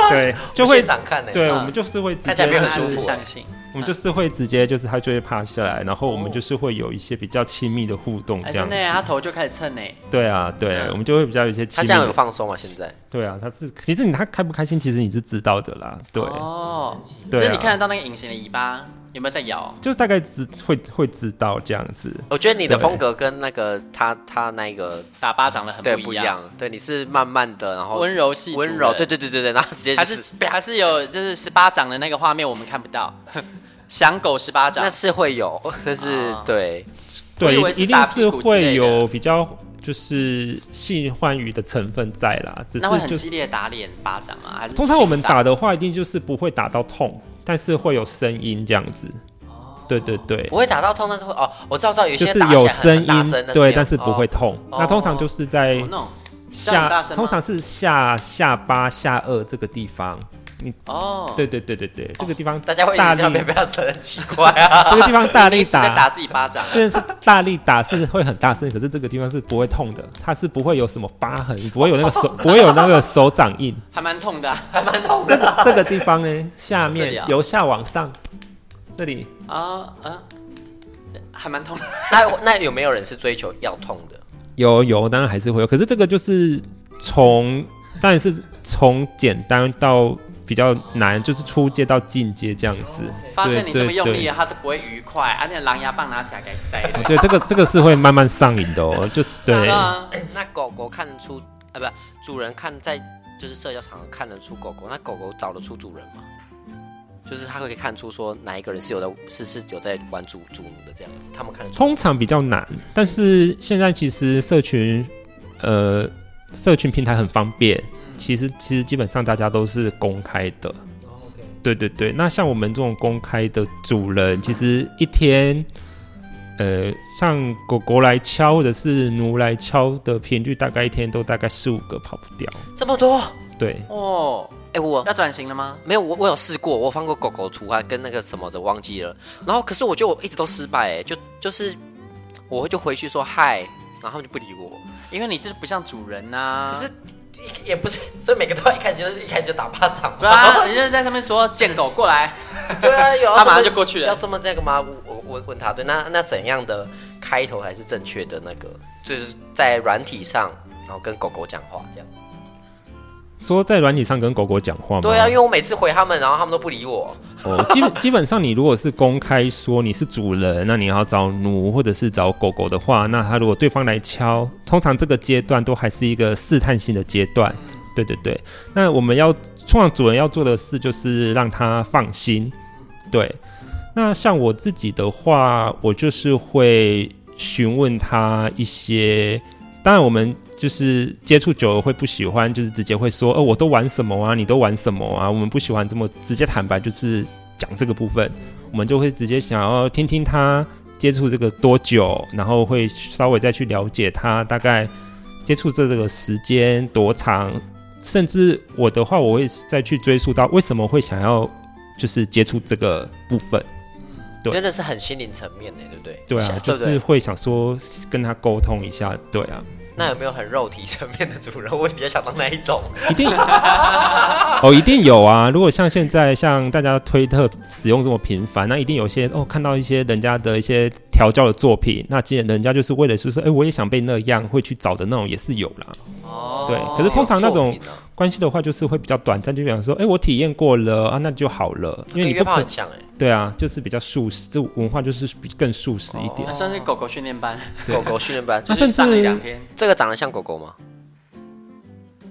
S4: 对，就会
S3: 现场 看呢、
S4: 对，
S2: 嗯
S4: 我们就是会直
S3: 看起来没
S4: 接
S3: 有
S2: 暗
S3: 很
S2: 自
S3: 舒服
S2: 相信。
S4: 我们就是会直接就是他就会趴下来，然后我们就是会有一些比较亲密的互动
S2: 哎、
S4: 这
S2: 真
S4: 样子
S2: 的。耶，他头就开始蹭哎。
S4: 对啊，对，我们就会比较有一些亲
S3: 他
S4: 密
S3: 这样有
S4: 的。
S3: 放松吗？现在
S4: 对啊，他是其实你他开不开心，其实你是知道的啦。对，
S2: 哦，
S4: 对啊
S2: 就是你看得到那个隐形的尾巴有没有在摇？
S4: 就大概知会会知道这样子。
S3: 我觉得你的
S4: 对
S3: 风格跟那个他他那一个
S2: 打巴掌的很
S3: 对
S2: 不
S3: 不
S2: 一
S3: 一
S2: 样，
S3: 样，对，你是慢慢的，然后
S2: 温柔系
S3: 温柔，对
S2: 对，
S3: 对对对对，然后直接就
S2: 还
S3: 是
S2: 是还是有就是十八掌的那个画面我们看不 到，响狗十八掌
S3: 那。是会有，但是
S2: 啊
S3: 对，
S4: 对，
S2: 我以为是
S4: 一定
S2: 打屁
S4: 是
S2: 股之类的
S4: 会有比较就是性欢愉的成分在啦，只是
S2: 那会很
S4: 就
S2: 激
S4: 是
S2: 烈地打脸巴掌啊吗？还是
S4: 通常我们
S2: 轻打
S4: 打的话，一定就是不会打到痛，但是会有声音这样子。
S2: 哦
S4: 对对对
S3: 不，会打到痛，但是会哦，我知道知道，有
S4: 就
S3: 些
S4: 是
S3: 打起来
S4: 有
S3: 很很大
S4: 音
S3: 声，没
S4: 对，
S3: 有
S4: 但是不会
S3: 哦
S4: 痛。那通常就是在
S2: 怎么弄？这样很大
S4: 下，
S2: 声吗
S4: 通常是下下巴、下颚这个地方。你
S2: 哦，
S4: 对对对对对，这个地方
S3: 大家会一
S4: 大
S3: 直
S4: 力
S3: 听到，被不要声，很奇怪啊。
S4: 这个地方大力
S2: 一直在
S4: 打
S2: 打自己巴掌啊。
S4: 虽然是大力打是会很大声，可是这个地方是不会痛的，它是不会有什么疤痕，不会有那个手， 不会有那个手掌印。
S2: 还蛮痛的啊
S4: 这个地方呢，下
S2: 这里
S4: 面
S2: 啊
S4: 由下往上，这里
S2: 啊，啊还蛮痛的。
S3: 那那有没有人是追求要痛的？
S4: 有有，当然还是会有，可是这个就是从，当然是从简单到比较难，就是初阶到进阶这样子。
S2: 发现你这
S4: 对
S2: 么
S4: 对
S2: 用力
S4: 对
S2: 啊，他都不会愉快，而且狼牙棒拿起来给塞的。
S4: 哦对，这个这个是会慢慢上瘾的哦，就是对。
S2: 啊，
S3: 哎那狗狗看得出啊，不，主人看在就是社交场合看得出狗狗，那狗狗找得出主人吗？就是它可以看出说哪一个人是有在是是有在玩主主奴的这样子，他们看得出。
S4: 通常比较难，但是现在其实社群，呃，社群平台很方便，其实其实基本上大家都是公开的。
S3: 哦
S4: 对对对，那像我们这种公开的主人，其实一天，呃，像狗狗来敲或者是奴来敲的频率，大概一天都大概四五个跑不掉。
S3: 这么多？
S4: 对，
S2: 哦，
S3: 哎、我
S2: 要转型了吗？
S3: 没有，我我有试过，我放过狗狗图啊，跟那个什么的忘记了。然后可是我觉得我一直都失败、哎，就就是我就回去说嗨，然后他们就不理我。
S2: 因为你这不像主人呐。
S3: 可是也不是，所以每个都要一开始就是一开始就打巴掌
S2: 对啊，你就是在上面说贱狗过来，
S3: 对 啊，有要
S2: 他马上
S3: 这么
S2: 就过去了
S3: 要这么那个吗？我我我问他，对，那那怎样的开头才是正确的那个？就是在软体上，然后跟狗狗讲话这样。
S4: 说在软体上跟狗狗讲话吗？
S3: 对啊，因为我每次回他们，然后他们都不理我。
S4: 哦，基本 基本上，你如果是公开说你是主人，那你要找奴或者是找狗狗的话，那他如果对方来敲，通常这个阶段都还是一个试探性的阶段。对对对，那我们要通常主人要做的事就是让他放心。对，那像我自己的话，我就是会询问他一些，当然我们。就是接触久了会不喜欢，就是直接会说，哦，我都玩什么啊，你都玩什么啊，我们不喜欢这么直接坦白，就是讲这个部分，我们就会直接想要听听他接触这个多久，然后会稍微再去了解他大概接触这个时间多长，甚至我的话，我会再去追溯到为什么会想要就是接触这个部分。对
S3: 真的是很心灵层面的，对不对？
S4: 对啊，
S3: 想
S4: 就
S3: 对
S4: 是
S3: 不对
S4: 会想说跟他沟通一下，对啊，
S3: 那有没有很肉体层面的主人？我也比较想当那一种。
S4: 一定哦，一定有啊！如果像现在像大家推特使用这么频繁，那一定有些哦，看到一些人家的一些调教的作品，那既然人家就是为了就是说，哎、我也想被那样，会去找的那种也是有啦。
S2: 哦
S4: 对，可是通常那
S3: 作
S4: 种
S3: 品啊
S4: 关系的话，就是会比较短暂，就比方说，哎、我体验过了啊，那就好了，因
S3: 跟
S4: 为你
S3: 约
S4: 不
S3: 炮
S4: 可
S3: 很像哎、
S4: 对啊，就是比较素食，这文化就是比更素食一点。
S2: 哦
S3: 哦
S2: 算是狗狗训练班，
S3: 狗狗训练班。
S4: 那
S3: 就是
S4: 甚
S2: 上了一
S4: 至
S2: 两天。
S3: 这个长得像狗狗吗？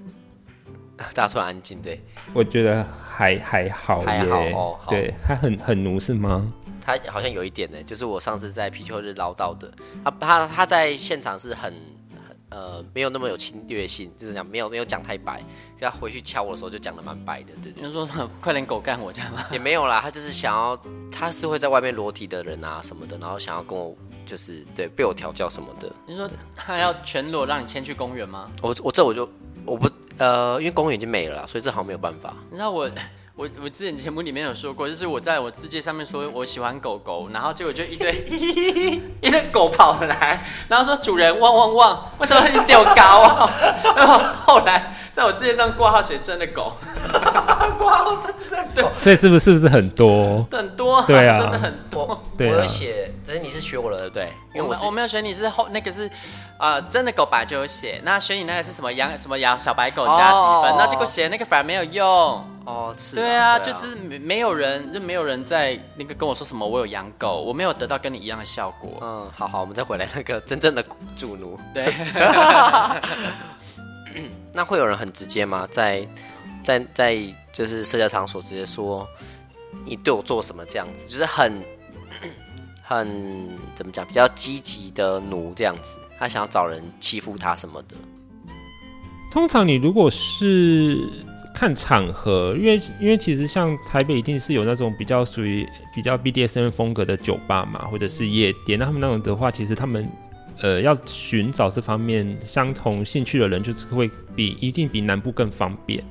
S3: 大家突然安静，对
S4: 我觉得还还好耶，
S3: 还好哦好
S4: 对他很很奴是吗？
S3: 他好像有一点呢，欸就是我上次在皮丘日唠叨的，他他他在现场是很很呃没有那么有侵略性，就是讲没有没有讲太白，可他回去敲我的时候就讲的蛮白的，对
S2: 你
S3: 对
S2: 就说什么快点狗干我这样吗？
S3: 也没有啦，他就是想要，他是会在外面裸体的人啊什么的，然后想要跟我就是对被我调教什么的。
S2: 你说他要全裸让你牵去公园吗？
S3: 我我这我就我不呃，因为公园已经没了啦，所以这好像没有办法。
S2: 你知道我。 我我之前节目里面有说过，就是我在我字界上面说我喜欢狗狗，然后结果就一堆 一堆狗跑来，然后说主人汪汪汪，为什么你丢高啊？ 然后后来在我字界上挂号写真的狗，挂号真的对
S4: 所以是不是是不是很多？
S2: 很多、
S4: 对啊
S2: 真的很 多。
S3: 我
S4: 对啊
S3: 我有写，但是你是学我了对不对？因为
S2: 我
S3: 我
S2: 们
S3: 是
S2: 我没有选你是后那个是，呃，真的狗白就有写，那选你那个是什么羊什么羊小白狗加几分，
S3: 哦
S2: 那结果写那个反而没有用。
S3: 哦，是
S2: 对
S3: 啊，
S2: 啊，就是没没有人就没有人在那个跟我说什么我有养狗，我没有得到跟你一样的效果。
S3: 嗯，好好，我们再回来那个真正的主奴。
S2: 对，
S3: 那会有人很直接吗？在在在就是社交场所直接说你对我做什么这样子，就是很 很怎么讲，比较积极的奴这样子，他想要找人欺负他什么的。
S4: 通常你如果是看场合，因为因为其实像台北一定是有那种比较属于比较 BDSM 风格的酒吧嘛，或者是夜店，那他们那种的话，其实他们呃要寻找这方面相同兴趣的人，就是会比一定比南部更方便。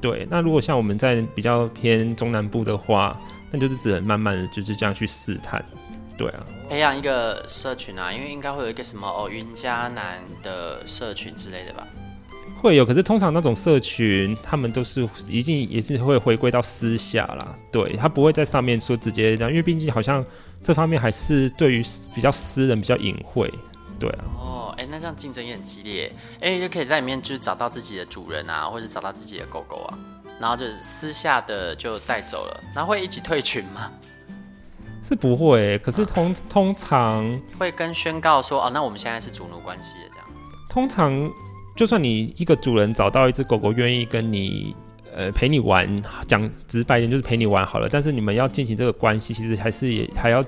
S4: 对，那如果像我们在比较偏中南部的话，那就是只能慢慢的就是这样去试探。对啊，
S2: 培养一个社群啊，因为应该会有一个什么哦云嘉南的社群之类的吧。
S4: 会有，可是通常那种社群，他们都是一定也是会回归到私下啦，对他不会在上面说直接这样，因为毕竟好像这方面还是对于比较私人、比较隐晦，对啊，
S2: 哦，哎，那这样竞争也很激烈，哎，就可以在里面就是找到自己的主人啊，或者找到自己的狗狗啊，然后就是私下的就带走了，然后会一起退群吗？
S4: 是不会、可是通通常
S2: 会跟宣告说哦，那我们现在是主奴关系的这样。
S4: 通常就算你一个主人找到一只狗狗愿意跟你呃陪你玩，讲直白一点就是陪你玩好了，但是你们要进行这个关系，其实还是也还要。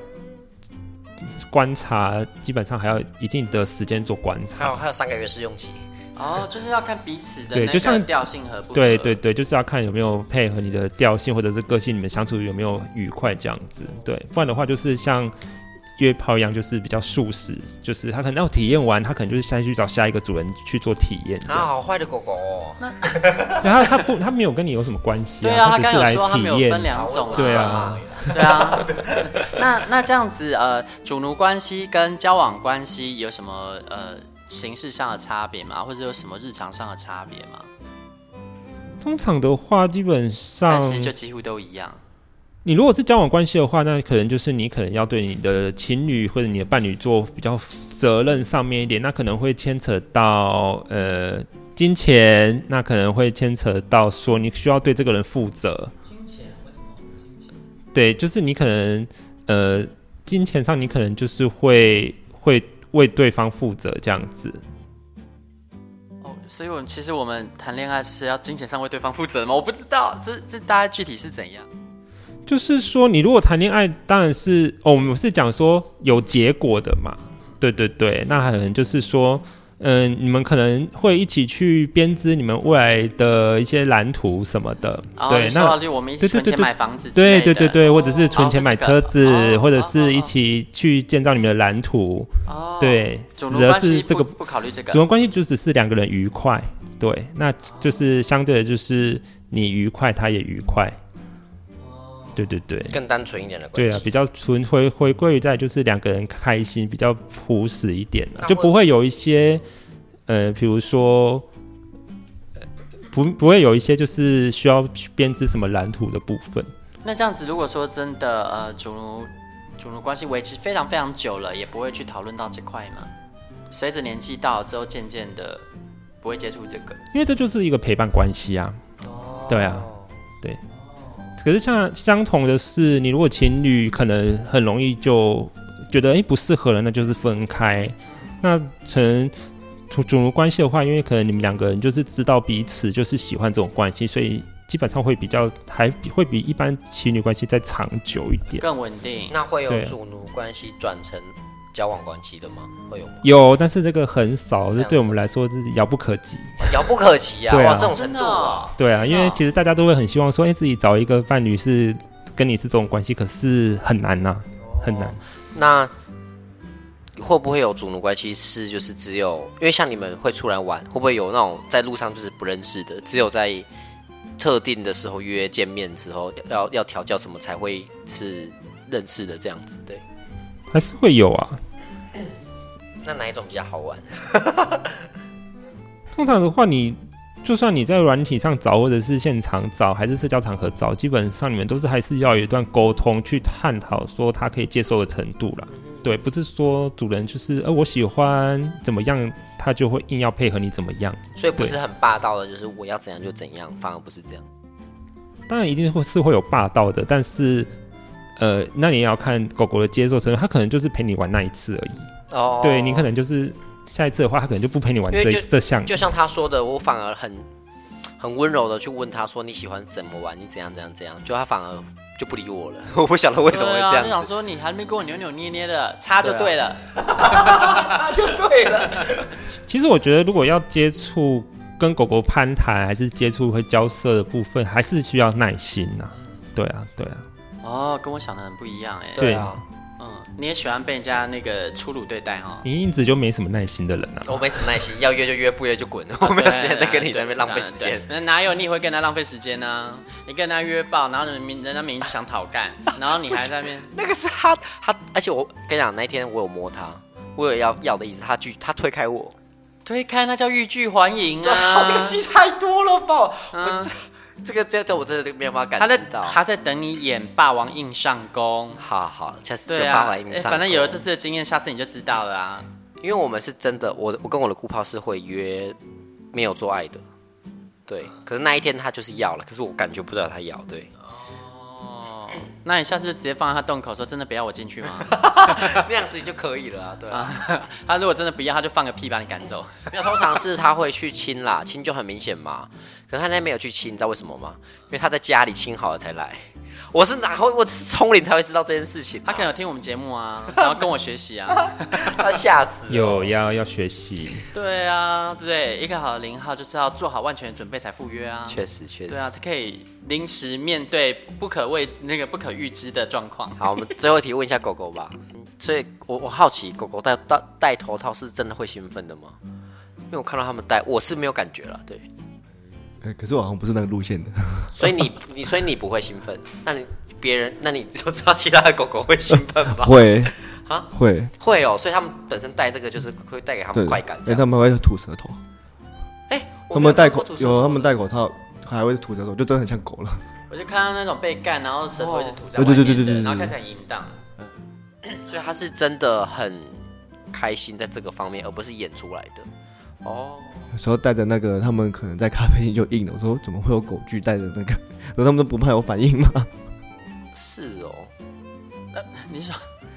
S4: 观察基本上还要一定的时间做观察，
S3: 还有还有三个月试用期，
S2: 哦，就是要看彼此的
S4: 对
S2: 那
S4: 就
S2: 个
S4: 像
S2: 调性合不合。
S4: 对对对，就是要看有没有配合你的调性或者是个性，你们相处有没有愉快这样子。对，不然的话就是像约炮一样，就是比较素食，就是他可能要体验完，他可能就是先去找下一个主人去做体验这
S3: 啊，
S4: 样。
S3: 好坏的狗狗、哦，
S4: 然后他不，他没有跟你有什么关系
S2: 对
S4: 啊，
S2: 他
S4: 只
S2: 刚
S4: 是
S2: 有
S4: 来
S2: 说他
S4: 体
S2: 们有分
S4: 验。
S2: 两种啊，
S4: 对啊，
S2: 对啊。那那这样子，呃，主奴关系跟交往关系有什么呃形式上的差别吗？或者有什么日常上的差别吗？
S3: 嗯
S4: 通常的话，基本上
S2: 但其实就几乎都一样。
S4: 你如果是交往关系的话，那可能就是你可能要对你的情侣或者你的伴侣做比较责任上面一点，那可能会牵扯到呃金钱，那可能会牵扯到说你需要对这个人负责。金钱为什么？金钱？对，就是你可能呃金钱上你可能就是会会为对方负责这样子。
S2: 哦，所以我们其实我们谈恋爱是要金钱上为对方负责的吗？我不知道，这这大家具体是怎样？
S4: 就是说，你如果谈恋爱，当然是哦，我们是讲说有结果的嘛，对对对，那可能就是说，嗯，你们可能会一起去编织你们未来的一些蓝图什么的，
S2: 然后
S4: 对，
S2: 哦你说
S4: 那
S2: 例如我们一起
S4: 对对
S2: 存
S4: 对
S2: 钱
S4: 对
S2: 买房子之类
S4: 对
S2: 的，
S4: 对对对，或者是存
S2: 哦
S4: 钱
S2: 是
S4: 买
S2: 这
S4: 车
S2: 个
S4: 子，
S2: 哦
S4: 或者
S2: 哦哦
S4: 是一
S2: 哦
S4: 起去建造你们的蓝图，
S2: 哦，
S4: 对，
S2: 主
S4: 指
S2: 奴
S4: 的
S2: 关系
S4: 是这个
S2: 不不考虑这个
S4: 主。要关系就只是两个人愉快，对，那就是相对的就是你愉快，他也愉快，对对对。
S3: 更单纯一点的关
S4: 对
S3: 系。
S4: 啊，比较纯回回归于在就是两个人开心，比较朴实一点啊
S3: 那
S4: 就
S3: 会
S4: 不会有一些呃，比如说呃不不会有一些就是需要去编织什么蓝图的部分。
S2: 那这样子，如果说真的呃主奴主奴关系维持非常非常久了，也不会去讨论到这块嘛。随着年纪到了之后，渐渐的不会接触这个。
S4: 因为这就是一个陪伴关系啊。对啊，
S3: 哦
S4: 对。可是像相同的是，你如果情侣可能很容易就觉得哎、诶不适合了，那就是分开。那可能主主奴关系的话，因为可能你们两个人就是知道彼此就是喜欢这种关系，所以基本上会比较还比会比一般情侣关系再长久一点。
S2: 更稳定。
S3: 那会有
S4: 对
S3: 主奴关系转成交往关系的吗？会有吗？
S4: 有，但是这个很少，这
S3: 非常
S4: 对我们来说是遥不可及。
S3: 遥不可及啊！
S4: 对啊
S3: 哇，这种程度啊，
S4: 对啊，因为
S2: 哦
S4: 其实大家都会很希望说，哎、自己找一个伴侣是跟你是这种关系，可是很难呐、很难。
S3: 那会不会有主奴关系是就是只有因为像你们会出来玩，会不会有那种在路上就是不认识的，只有在特定的时候约见面之后要要调教什么才会是认识的这样子？对，
S4: 还是会有啊。
S3: 那哪一种比较好玩？
S4: 通常的话你。就算你在软体上找，或者是现场找，还是社交场合找，基本上你们都是还是要有一段沟通，去探讨说他可以接受的程度啦。
S3: 嗯
S4: 对，不是说主人就是呃我喜欢怎么样，他就会硬要配合你怎么样。
S3: 所以不是很霸道的，就是我要怎样就怎样，反而不是这样。
S4: 当然一定会是会有霸道的，但是呃，那你也要看狗狗的接受程度，它可能就是陪你玩那一次而已。
S3: 哦
S4: 对你可能就是下一次的话，它可能就不陪你玩
S3: 因为
S4: 这
S3: 就
S4: 这项。
S3: 就像他说的，我反而很很温柔的去问他说你喜欢怎么玩，你怎样怎样怎样，就他反而就不理我 了。我不晓得为什么会
S2: 对
S3: 这
S2: 啊，
S3: 样
S2: 就
S3: 子，
S2: 想说你还没跟我扭扭捏捏的，擦就对了。
S3: 就对了。
S4: 其实我觉得，如果要接触跟狗狗攀谈，还是接触会交涉的部分，还是需要耐心呐、对啊，对啊，
S2: 哦，跟我想的很不一样哎。
S4: 对
S3: 啊，
S2: 嗯，你也喜欢被人家那个粗鲁对待哈？
S4: 你一直就没什么耐心的人啊。
S3: 我没什么耐心，要约就约，不约就滚。我 没 有时间再跟你在那边浪费时
S2: 啊对啊
S3: 间。。
S2: 那哪有你也会跟他浪费时间呢？你跟他约爆，然后人明人家明明就想讨 干，然后你还在那边。
S3: 那个是他他，而且我跟你讲，那一天我有摸他，我有要要的意思，他拒他推开我，
S2: 推开那叫欲拒还迎
S3: 哇，
S2: 啊！嗯
S3: 这个戏太多了吧？我这这个这这我真的没有办法
S2: 他
S3: 感
S2: 在
S3: 知到。
S2: 他在等你演霸王硬上弓。
S3: 好好，下次就
S2: 对
S3: 八
S2: 啊，
S3: 百英
S2: 诶
S3: 上。
S2: 反正有了这次的经验，下次你就知道了啊。
S3: 因为我们是真的，我我跟我的顾炮是会约没有做爱的，对。可是那一天他就是要了，可是我感觉不知道他要，对。
S2: 哦那你下次就直接放在他洞口，说真的不要我进去吗？
S3: 那样子就可以了啊，对啊。
S2: 他如果真的不要，他就放个屁把你赶走。
S3: 那啊通常是他会去亲啦， 亲就很明显嘛。可是他那天没有去亲，你知道为什么吗？因为他在家里亲好了才来。 我是哪会我是聪灵才会知道这件事情、
S2: 他可能有听我们节目啊，然后跟我学习啊。
S3: 他吓死了。
S4: 有要要学习，
S2: 对啊，对不对？一个好的零号就是要做好万全的准备才赴约啊。
S3: 确实确实。
S2: 对啊，他可以临时面对不可未那个不可预知的状况。
S3: 好，我们最后一题问一下狗狗吧。所以我我好奇，狗狗戴戴戴头套是真的会兴奋的吗？因为我看到他们戴，我是没有感觉了。对，
S5: 哎可是我好像不是那个路线的，
S3: 所以你你所以你不会兴奋，那你别人那你就知道其他的狗狗会兴奋吧？
S5: 会
S3: 啊
S5: 会，
S3: 会哦，所以他们本身戴这个就是会带给他
S5: 对
S3: 们，快感这
S5: 哎，
S3: 样。
S5: 他们还会吐舌头，
S3: 哎、我没有
S5: 他们戴
S3: 看过
S5: 口
S3: 吐舌头
S5: 有他们
S3: 的
S5: 戴口套，还会吐舌头，就真的很像狗了。
S2: 我就看到那种被干，然后舌头一直吐在外
S5: 哦
S2: 面的，
S5: 对对对对对对对嗯
S2: 然后看起来很淫荡。
S3: 所以他是真的很开心在这个方面，而不是演出来的。哦，
S5: 有时候带着那个，他们可能在咖啡厅就硬了。我说怎么会有狗具带着那个？ 我说他们都不怕有反应吗？
S3: 是哦，
S2: 你说，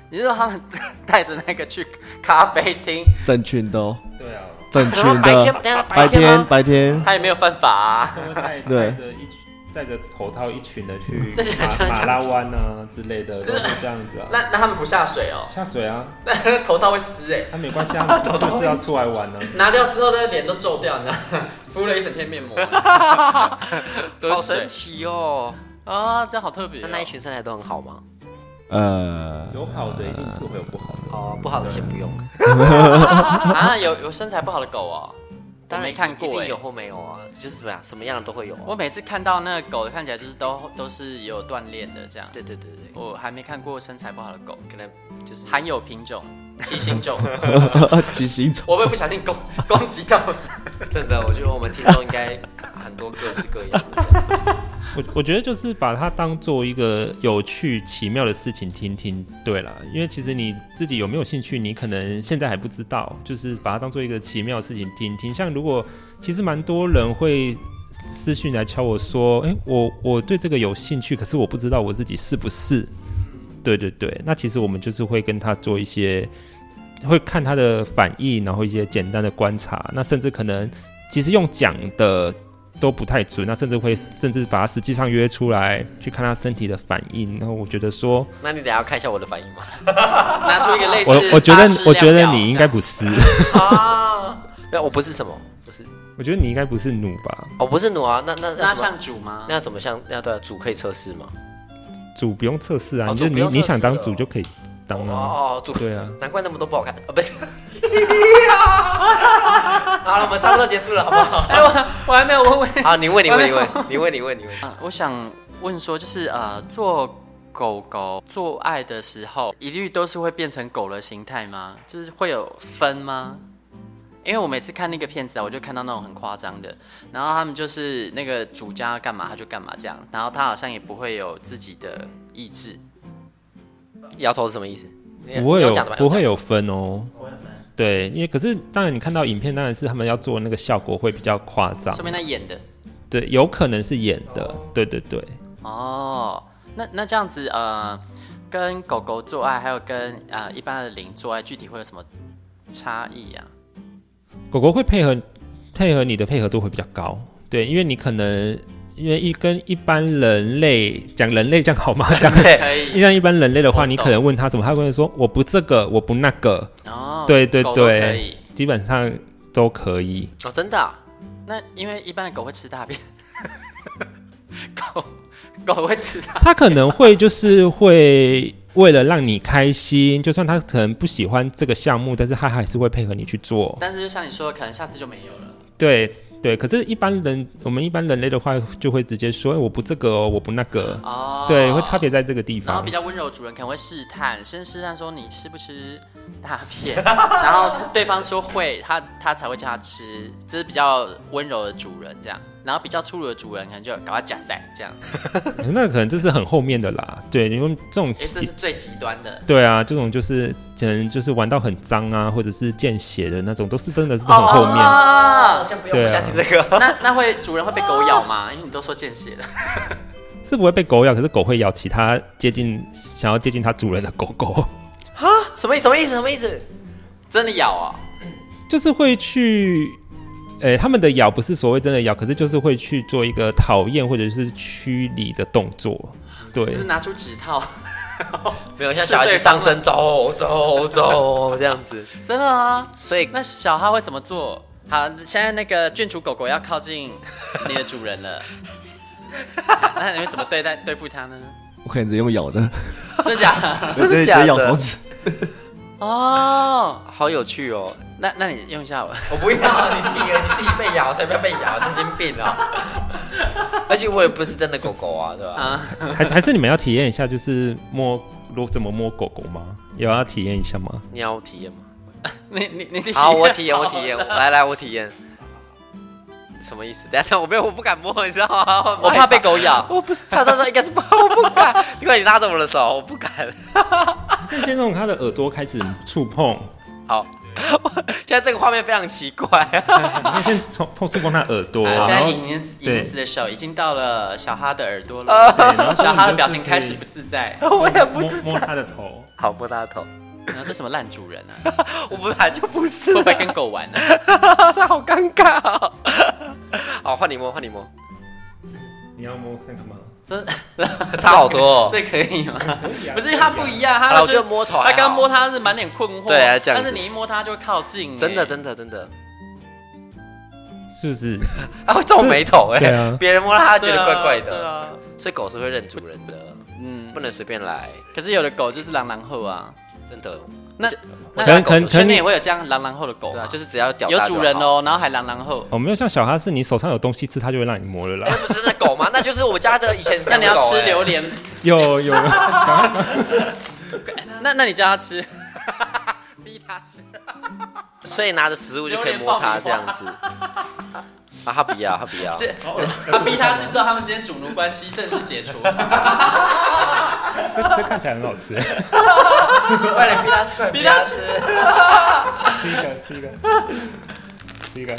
S2: 你说他们带着那个去咖啡厅，
S5: 整群的、哦，
S4: 对啊，
S5: 整群
S3: 什么白天
S5: 的，
S3: 等一下
S5: 白
S3: 天
S5: 天
S3: 吗？
S5: 白天，
S2: 他也没有犯法、啊。
S4: 带
S5: 对
S4: 着一群带着头套一群的去
S3: 那就很像
S4: 马
S3: 抢
S4: 拉湾啊之类的，都是这样 子啊。
S2: 那那他们不下水哦，
S4: 下水啊，
S2: 那头套会湿哎、
S4: 那没关系啊，就是要出来玩啊呢、
S2: 拿掉之后，那脸都皱掉，你知道吗， 敷了一整片面膜， 都
S3: 好
S2: 是水
S3: 神奇哦！
S2: 啊，这样好特别、
S3: 那那一群身材都很好吗？
S5: 呃，
S4: 有好的一定是会有不好的。
S3: 哦，不好的先不用，
S2: 啊，有有身材不好的狗 哦，
S3: 当
S2: 我
S3: 然
S2: 没看
S3: 一
S2: 过
S3: 定
S2: 哎、
S3: 有或没有啊，就是什么呀，什么样的都会有、
S2: 我
S3: 啊。
S2: 每次看到那个狗看起来就是都都是有锻炼的这样，
S3: 对对对对，
S2: 我还没看过身材不好的狗，
S3: 可能就是
S2: 含有品种、 七星种，
S5: 呃 骑行走，
S2: 我会不会不小 心攻攻击到谁？
S3: 真的，我觉得我们听众应该很多各式各样的。
S4: 我我觉得就是把它当做一个有趣奇妙的事情听听，对啦，因为其实你自己有没有兴趣，你可能现在还不知道，就是把它当做一个奇妙的事情听听。像如果其实蛮多人会私讯来敲我说，诶，我我对这个有兴趣，可是我不知道我自己是不是。对对对，那其实我们就是会跟他做一些会看它的反应，然后一些简单的观察，那甚至可能其实用讲的都不太准，那甚至会甚至把它实际上约出来去看它身体的反应，然后我觉得说，
S3: 那你等一下要看一下我的反应吗？
S2: 拿出一个类似
S4: 我我觉得
S2: 巴士
S4: 我觉
S2: 量
S4: 得
S2: 表
S4: 你应
S2: 这
S4: 该
S2: 样
S4: 不是，
S3: 那我不是什么，不是，
S4: 我觉得你应该不是弩吧，
S3: 我不是弩啊，那那那
S2: 那
S3: 怎么
S2: 像主吗？
S3: 那怎么像那对啊主可以测试吗？
S4: 主不用测试啊，
S3: 哦
S4: 你就
S3: 主不
S4: 你
S3: 用
S4: 你
S3: 测
S4: 想
S3: 试
S4: 当
S3: 哦
S4: 主就可以当
S3: 哦
S4: 啊，
S3: 哦，主
S4: 对啊，
S3: 难怪那么多不好看啊，不是。 好了，我们差不多结束了，好不好？
S2: 哎，我我还没有问问。
S3: 好，你问，你问，你 问，你问，你问，你问。
S2: 啊我想问说，就是呃，做狗狗做爱的时候，一律都是会变成狗的形态吗？就是会有分吗？因为我每次看那个片子啊，我就看到那种很夸张的，然后他们就是那个主家要干嘛他就干嘛这样，然后他好像也不会有自己的意志。
S3: 摇头是什么意思？你
S4: 不会
S3: 你
S4: 有
S3: 要讲的吧
S4: 不会。
S3: 你要讲
S4: 有分哦。对，因为可是当然，你看到影片当然是他们要做那个效果会比较夸张
S2: 说，明他演的
S4: 对，有可能是演的，对对对，
S2: 哦，那那这样子呃，跟狗狗做爱，还有跟呃一般的零做爱，具体会有什么差异啊？
S4: 狗狗会配合配合你的配合度会比较高，对，因为你可能因为一跟一般人类讲人类这样 好吗？讲
S2: 可以
S4: 像一般人类的话，
S2: 我
S4: 你
S2: 懂
S4: 可能问他什么，他会说我不这个，我不那个，
S2: 哦，
S4: 对呃对
S2: 狗都可
S4: 对
S2: 以。，
S4: 基本上都可以。
S3: 哦，真的啊？
S2: 那因为一般的狗会吃大便， 狗狗会吃大
S4: 他可能会就是会为了让你开心，就算他可能不喜欢这个项目，但是他还是会配合你去做。
S2: 但是就像你说的，可能下次就没有了。
S4: 对对，可是，一般人我们一般人类的话，就会直接说、哎我不这个哦，我不那个。
S2: 哦，
S4: 对，会差别。在这个地
S2: 然后
S4: 方
S2: 比。较温柔的主人可能会试探，先试探说你吃不吃大便， 然后对方说会，他他才会叫他吃，这是比较温柔的主人这样。然后比较粗鲁的主人可能就赶快夹塞这样，
S4: 哎那可能就是很后面的啦。对，因为这种
S2: 哎，这是最极端的。
S4: 对啊，这种就是可能就是玩到很脏啊，或者是见血的那种，都是真的是很后面。
S2: 啊，
S4: 对啊，
S2: 那那会主人会被狗咬吗？因为你都说见血了。
S4: 是不会被狗咬，可是狗会咬其他接近想要接近它主人的狗狗。
S3: 什么意什么意思？什么意思？
S2: 真的咬啊、
S4: 就是会去，呃、他们的咬不是所谓真的咬，可是就是会去做一个讨厌或者是驱离的动作。对
S2: 就是，拿出指套，
S3: 没有，像小孩子上身走走 走这样子。
S2: 真的啊。
S3: 所以
S2: 那小哈会怎么做？好，现在那个圈主狗狗要靠近 你的主人了， 那你会怎么对待对付它呢？
S5: 我可能直接用咬的，
S2: 真的假的？
S3: 真的
S5: 直接
S3: 假
S5: 直
S3: 的
S5: 接咬手指。
S2: 哦，
S3: 好有趣哦！
S2: 那那你用一下我，
S3: 我不要，你自己你自己被咬，才不要被咬，神经病啊！ 而且我也不是真的狗狗啊，对吧？
S4: 还是还是你们要体验一下，就是摸如怎么摸狗狗吗？有要体验一下吗？
S3: 你要体验吗？
S2: 你你 你你
S3: 好，我体验，我体验，来来，我体验。什么意思？等一下，我没有，我不敢摸，你知道吗？我很
S2: 我
S3: 害
S2: 怕被狗 咬。
S3: 我不是，他他说应该是不，我不敢。你快，你拉着我的手，我不敢。
S4: 就先从它的耳朵开始触碰，
S3: 好，现在这个画面非常奇怪。
S4: 你可以先从碰触碰它的耳朵，
S2: 啊现
S4: 然
S2: 在
S4: 后
S2: 影子
S4: 对
S2: 影子的手已经到了小哈的耳朵了，
S4: 然 后
S2: 小哈的表情开始不自在。
S3: 我也不
S4: 摸
S3: 知
S4: 摸它的头。
S3: 好摸他的头，
S2: 然后这什么烂主人啊？
S3: 我本来就不 是
S2: 会不，会跟狗玩啊呢、
S3: 他 好尴尬哦。好，换你摸，换 你摸，
S4: 你要摸看看吗？
S2: 真
S3: 差好多哦
S2: 这可以啊吗？不是它不一样，它
S3: 好了
S2: 就
S3: 我觉得摸哦头还好
S2: 它刚摸它是满脸困惑，
S3: 对啊这样
S2: 但
S3: 子
S2: 是你一摸它就会靠近、
S3: 真的，
S2: 的，
S3: 真的，真的。
S4: 是不是？
S3: 他会皱眉头哎、
S4: 对啊
S3: 别人摸他，他觉得
S2: 对啊
S3: 怪怪
S2: 对
S3: 的。
S2: 啊，
S3: 所以狗是会认主人的，
S2: 嗯，
S3: 不能随便来，
S2: 可是有的狗就是狼狼后啊，
S3: 真的。
S2: 那那
S4: 可能可能
S2: 身边也会有这样狼狼后的狗
S3: 对
S2: 嘛，
S3: 啊，就是只要屌
S2: 有
S3: 大就
S2: 主人
S3: 好。
S2: 哦，然后还狼狼后。
S4: 哦，没有像小哈是你手上有东西吃，它就会让你摸了啦
S3: 那。不是那狗吗？那就是我家的以 前
S2: 那
S3: 养
S2: 你
S3: 的
S2: 要
S3: 狗欸。
S2: 吃榴莲，
S4: 有 有，
S2: 那那你叫它 吃，逼它吃。
S3: 所以拿着食物就可以摸它这样 子。啊，他不要，他不要。
S2: 这他逼它吃之后，他们今天主奴关系正式解除。
S4: 这这看起来很好吃。
S3: 快 点逼他吃，快点
S2: 逼它吃。
S4: 吃一个，吃一个，吃一个。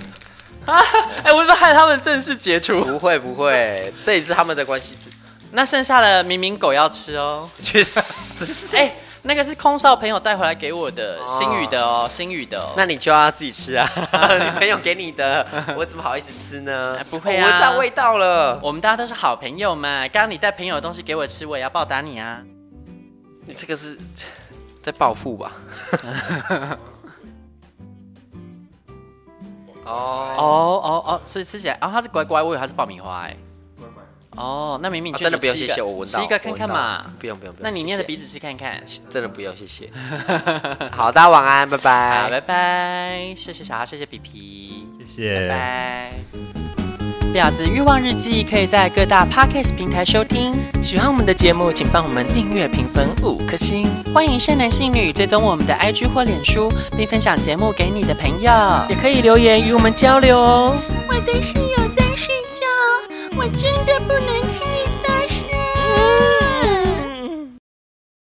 S2: 哎、我是不是害他们正式解除？
S3: 不会不会，这也是他们的关系之
S2: 那剩下的明明狗要吃哦，去死！哎、那个是空少朋友带回来给我的，新宇的哦，新宇的哦。
S3: 那你就要自己吃啊， 你朋友给你的，我怎么好意思吃呢 哦
S2: 哎？不会啊
S3: 我闻到味道了。
S2: 我们大家都是好朋友嘛，刚刚你带朋友的东西给我吃，我也要报答你啊。
S3: 你这个是在报复吧？哦，
S2: 哦哦哦，所以吃起来，哦，它是乖乖，我以为它是爆米花哎、哦，那明明你
S3: 啊
S2: 去
S3: 真的
S2: 煮
S3: 不用
S2: 吃
S3: 谢
S2: 一个
S3: 谢，我闻到，
S2: 吃一个看看
S3: 我闻到
S2: 嘛。
S3: 不用不用不用，
S2: 那你捏着
S3: 的
S2: 鼻子吃看看。
S3: 真的不用，谢 谢。好，大家晚安，拜
S2: 好，
S3: 拜。
S2: 拜拜，谢谢小哈，谢谢皮皮。
S4: 谢
S2: 拜
S4: 谢。
S2: 拜。婊子欲望日记可以在各大 podcast 平台收听。喜欢我们的节目，请帮我们订阅、评分五颗星。欢迎善男信女追踪我们的 IG 或脸书，并分享节目给你的朋友，也可以留言与我们交流哦。
S6: 我的室友在睡觉，我真的不能